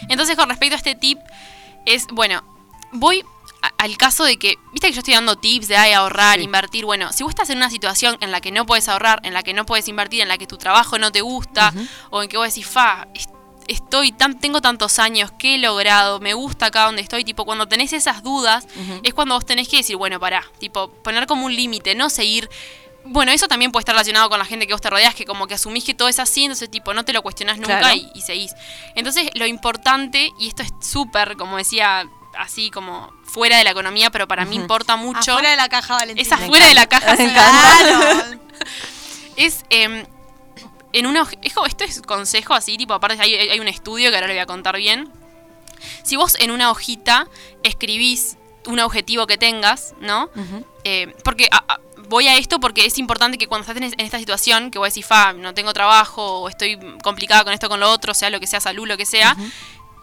H: Entonces, con respecto a este tip, es, bueno, voy a- al caso de que, viste que yo estoy dando tips de ay, ahorrar, invertir. Bueno, si vos estás en una situación en la que no puedes ahorrar, en la que no puedes invertir, en la que tu trabajo no te gusta, o en que vos decís, fa, es- estoy tan, tengo tantos años, que he logrado, me gusta acá donde estoy, tipo, cuando tenés esas dudas, es cuando vos tenés que decir, bueno, pará, tipo, poner como un límite, no seguir. Bueno, eso también puede estar relacionado con la gente que vos te rodeas, que como que asumís que todo es así, entonces tipo, no te lo cuestionás nunca
B: Claro.
H: y, y seguís. Entonces, lo importante, y esto es súper, como decía, así como fuera de la economía, pero para mí importa mucho,
A: Afuera de la caja, Valentina.
H: es afuera de la caja,
B: Me
H: sí.
A: Claro.
H: es em, en una hoj- es como- esto es consejo así, tipo, aparte hay, hay un estudio que ahora lo voy a contar bien. Si vos en una hojita escribís un objetivo que tengas, ¿no? Eh, porque a- a- voy a esto porque es importante que cuando estás en, es- en esta situación, que vos decís, fa, no tengo trabajo, o estoy complicada con esto, con lo otro, sea lo que sea, salud, lo que sea,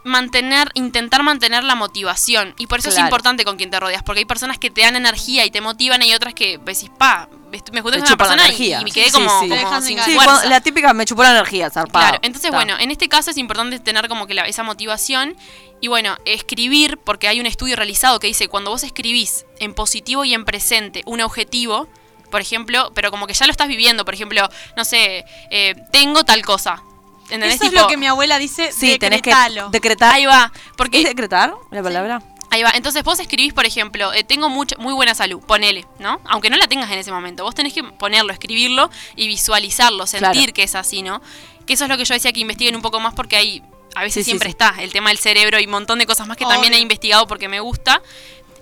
H: mantener, intentar mantener la motivación. Y por eso es
B: Claro.
H: importante con quien te rodeas, porque hay personas que te dan energía y te motivan y hay otras que decís, pa, est- me junté
B: Te chupan
H: con una
B: la
H: persona y,
B: energía.
H: y me quedé
B: Sí,
H: como,
B: sí.
H: como
A: Te dejan
H: sin
A: sin
B: Sí,
H: fuerza.
B: cuando- la típica me chupó la energía, zarpado.
H: Claro, entonces
B: Está.
H: bueno, en este caso es importante tener como que la- esa motivación y bueno, escribir, porque hay un estudio realizado que dice, cuando vos escribís en positivo y en presente un objetivo, por ejemplo, pero como que ya lo estás viviendo, por ejemplo, no sé, eh, tengo tal cosa. ¿Entendés?
A: Eso es
H: Tipo,
A: lo que mi abuela dice,
B: Sí, tenés que
A: decretalo.
B: decretar.
H: Ahí va, porque
B: ¿Es decretar la palabra?
H: Ahí va, entonces vos escribís, por ejemplo, eh, tengo mucha, muy buena salud, ponele, ¿no? Aunque no la tengas en ese momento, vos tenés que ponerlo, escribirlo y visualizarlo, sentir
B: Claro.
H: que es así, ¿no? Que eso es lo que yo decía que investiguen un poco más porque ahí a
B: Sí,
H: veces
B: sí,
H: siempre
B: sí.
H: está el tema del cerebro y un montón de cosas más que también
A: Obvio.
H: he investigado porque me gusta.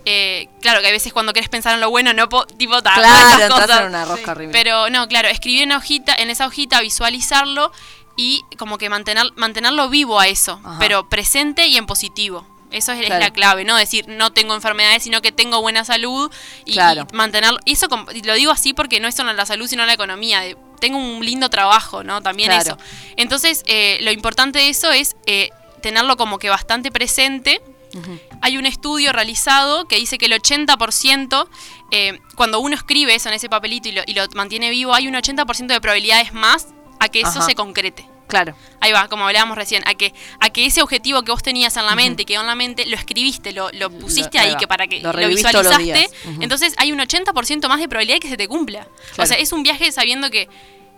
H: Eh, claro que a veces cuando querés pensar en lo bueno, no po- tipo ta,
B: Claro,
H: esas
B: entras
H: Ah, cosas.
B: en una rosca horrible.
H: Pero no, claro, escribir en, una hojita, en esa hojita, visualizarlo y como que mantener, mantenerlo vivo a eso,
B: Ajá.
H: pero presente y en positivo. Eso es, es
B: Claro.
H: la clave, no decir no tengo enfermedades, sino que tengo buena salud y,
B: Claro.
H: y mantenerlo. Eso com- y lo digo así porque no es solo la salud, sino la economía. de, tengo un lindo trabajo, ¿no? También
B: Claro.
H: eso. Entonces, eh, lo importante de eso es eh, tenerlo como que bastante presente hay un estudio realizado que dice que el 80%, eh, cuando uno escribe eso en ese papelito y lo, y lo mantiene vivo, hay un 80% de probabilidades más a que eso
B: Ajá.
H: se concrete.
B: Claro.
H: Ahí va, como hablábamos recién, a que, a que ese objetivo que vos tenías en la mente, y quedó en la mente, lo escribiste, lo, lo pusiste
B: ahí
H: ahí,
B: va.
H: que para que
B: Lo
H: lo,
B: revivís todos los
H: visualizaste.
B: días. Ujú.
H: Entonces hay un 80% más de probabilidad de que se te cumpla. O
B: Claro.
H: sea, es un viaje sabiendo que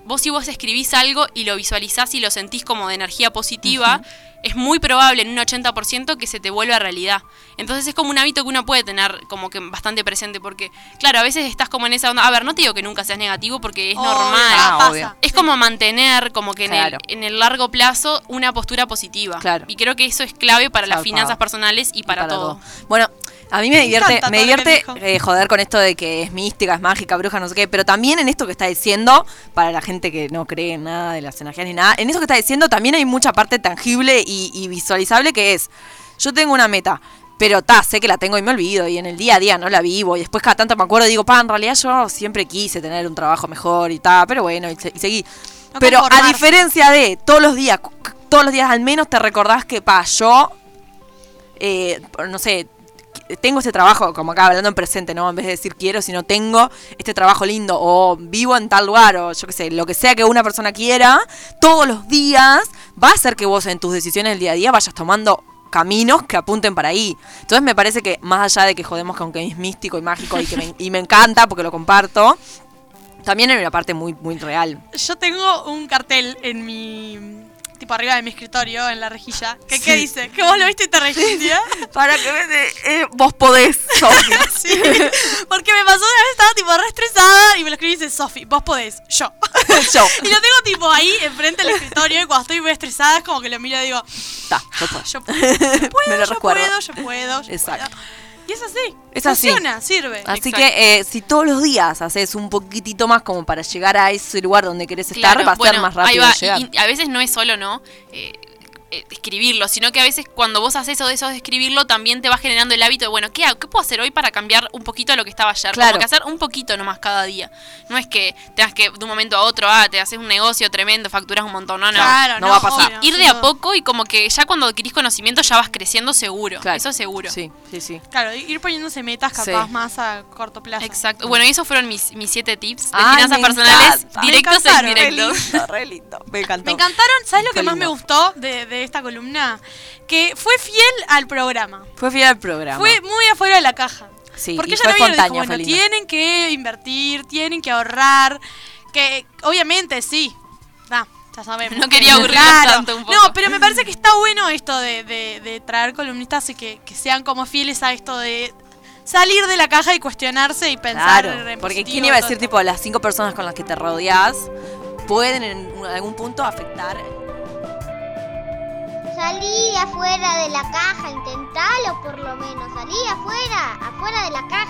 H: vos si vos escribís algo y lo visualizás y lo sentís como de energía positiva, es muy probable en un 80% que se te vuelva realidad. Entonces es como un hábito que uno puede tener como que bastante presente, porque claro, a veces estás como en esa onda, a ver, no te digo que nunca seas negativo porque es
A: Obvio,
H: normal.
A: pasa,
B: Ah,
A: pasa.
B: obvio.
H: Es como mantener, como que en,
B: Claro.
H: el, en el largo plazo, una postura positiva.
B: Claro.
H: Y creo que eso es clave para las
B: Zarpado.
H: finanzas personales y para, todo.
B: Bueno, a mí me,
A: Me
B: divierte,
A: encanta
B: me
A: todo lo que
B: divierte
A: dijo.
B: eh, joder con esto de que es mística, es mágica, bruja, no sé qué, pero también en esto que está diciendo, para la gente que no cree en nada de las energías ni nada, en eso que está diciendo también hay mucha parte tangible y, y visualizable que es, yo tengo una meta. Pero ta, sé que la tengo y me olvido, y en el día a día no la vivo, y después cada tanto me acuerdo y digo, pa, en realidad yo siempre quise tener un trabajo mejor y ta, pero bueno, y, se- y seguí.
A: No
B: pero a
A: conformarse.
B: diferencia de todos los días, cu- cu- todos los días al menos te recordás que, pa, yo eh, por- no sé, qu- tengo este trabajo, como acá hablando en presente, ¿no? En vez de decir quiero, sino tengo este trabajo lindo, o vivo en tal lugar, o yo qué sé, lo que sea que una persona quiera, todos los días va a hacer que vos en tus decisiones del día a día vayas tomando caminos que apunten para ahí. Entonces me parece que más allá de que jodemos con que es místico y mágico y que me, y me encanta porque lo comparto, también hay una parte muy, muy real.
A: Yo tengo un cartel en mi. Tipo arriba de mi escritorio, en la rejilla. ¿Qué, ¿qué
B: Sí.
A: dice? ¿Que vos lo viste y te reíste?
B: Para que eh, vos podés, Sofi.
A: Sí, porque me pasó una vez, estaba tipo re estresada y me lo escribí y dice, Sofi, vos podés, yo.
B: Yo.
A: Y lo tengo tipo ahí enfrente del escritorio y cuando estoy muy estresada es como que lo miro y digo,
B: Ta, yo puedo.
A: yo puedo, yo puedo,
B: Me lo
A: yo
B: recuerdo.
A: puedo, yo puedo, yo
B: Exacto.
A: puedo. Y es así,
B: Es así.
A: funciona, sirve.
B: Así
H: Exacto.
B: que eh, si todos los días haces un poquitito más como para llegar a ese lugar donde querés estar,
H: Claro,
B: va a
H: bueno,
B: ser más
H: ahí
B: rápido
H: va.
B: llegar.
H: Y- y a veces no es solo, ¿no? Eh, eh, escribirlo, sino que a veces cuando vos haces eso de eso de escribirlo, también te va generando el hábito de, bueno, ¿qué, hago? ¿qué puedo hacer hoy para cambiar un poquito lo que estaba ayer?
B: Claro.
H: Como que hacer un poquito nomás cada día. No es que tengas que de un momento a otro, ah, te haces un negocio tremendo, facturas un montón, no, no.
A: Claro,
B: no va a pasar.
A: obvio,
H: Ir
A: sí,
H: de a
A: no.
H: poco y como que ya cuando adquirís conocimiento ya vas creciendo seguro.
B: Claro.
H: Eso seguro.
B: Sí, sí, sí.
A: Claro, ir poniéndose metas capaz
B: Sí.
A: más a corto plazo.
H: Exacto. Bueno, y esos fueron mis, mis siete tips de
B: Ay,
H: finanzas
B: me
H: personales
B: encanta.
H: directos
A: Me
H: e
A: encantaron,
H: indirectos.
B: Re lindo, me encantó.
A: Me encantaron, ¿sabes lo
B: Qué
A: que más me
B: lindo.
A: gustó de, de esta columna? Que fue fiel al programa.
B: Fue fiel al programa.
A: Fue muy afuera de la caja.
B: Sí,
A: Porque
B: y
A: ella
B: fue
A: lo vino y dijo,
B: espontánea,
A: bueno,
B: fue lindo.
A: tienen que invertir, tienen que ahorrar, que obviamente sí. Ah, ya sabemos.
H: No quería aburrirlos tanto un poco.
A: No, pero me parece que está bueno esto de, de- de traer columnistas y que, que sean como fieles a esto de salir de la caja y cuestionarse y pensar.
B: Claro,
A: en
B: porque
A: positivo,
B: quién iba a
A: todo
B: decir,
A: esto.
B: tipo, las cinco personas con las que te rodeas pueden en algún punto afectar.
I: Salí afuera de la caja, intentalo por lo menos. Salí afuera, afuera de la caja.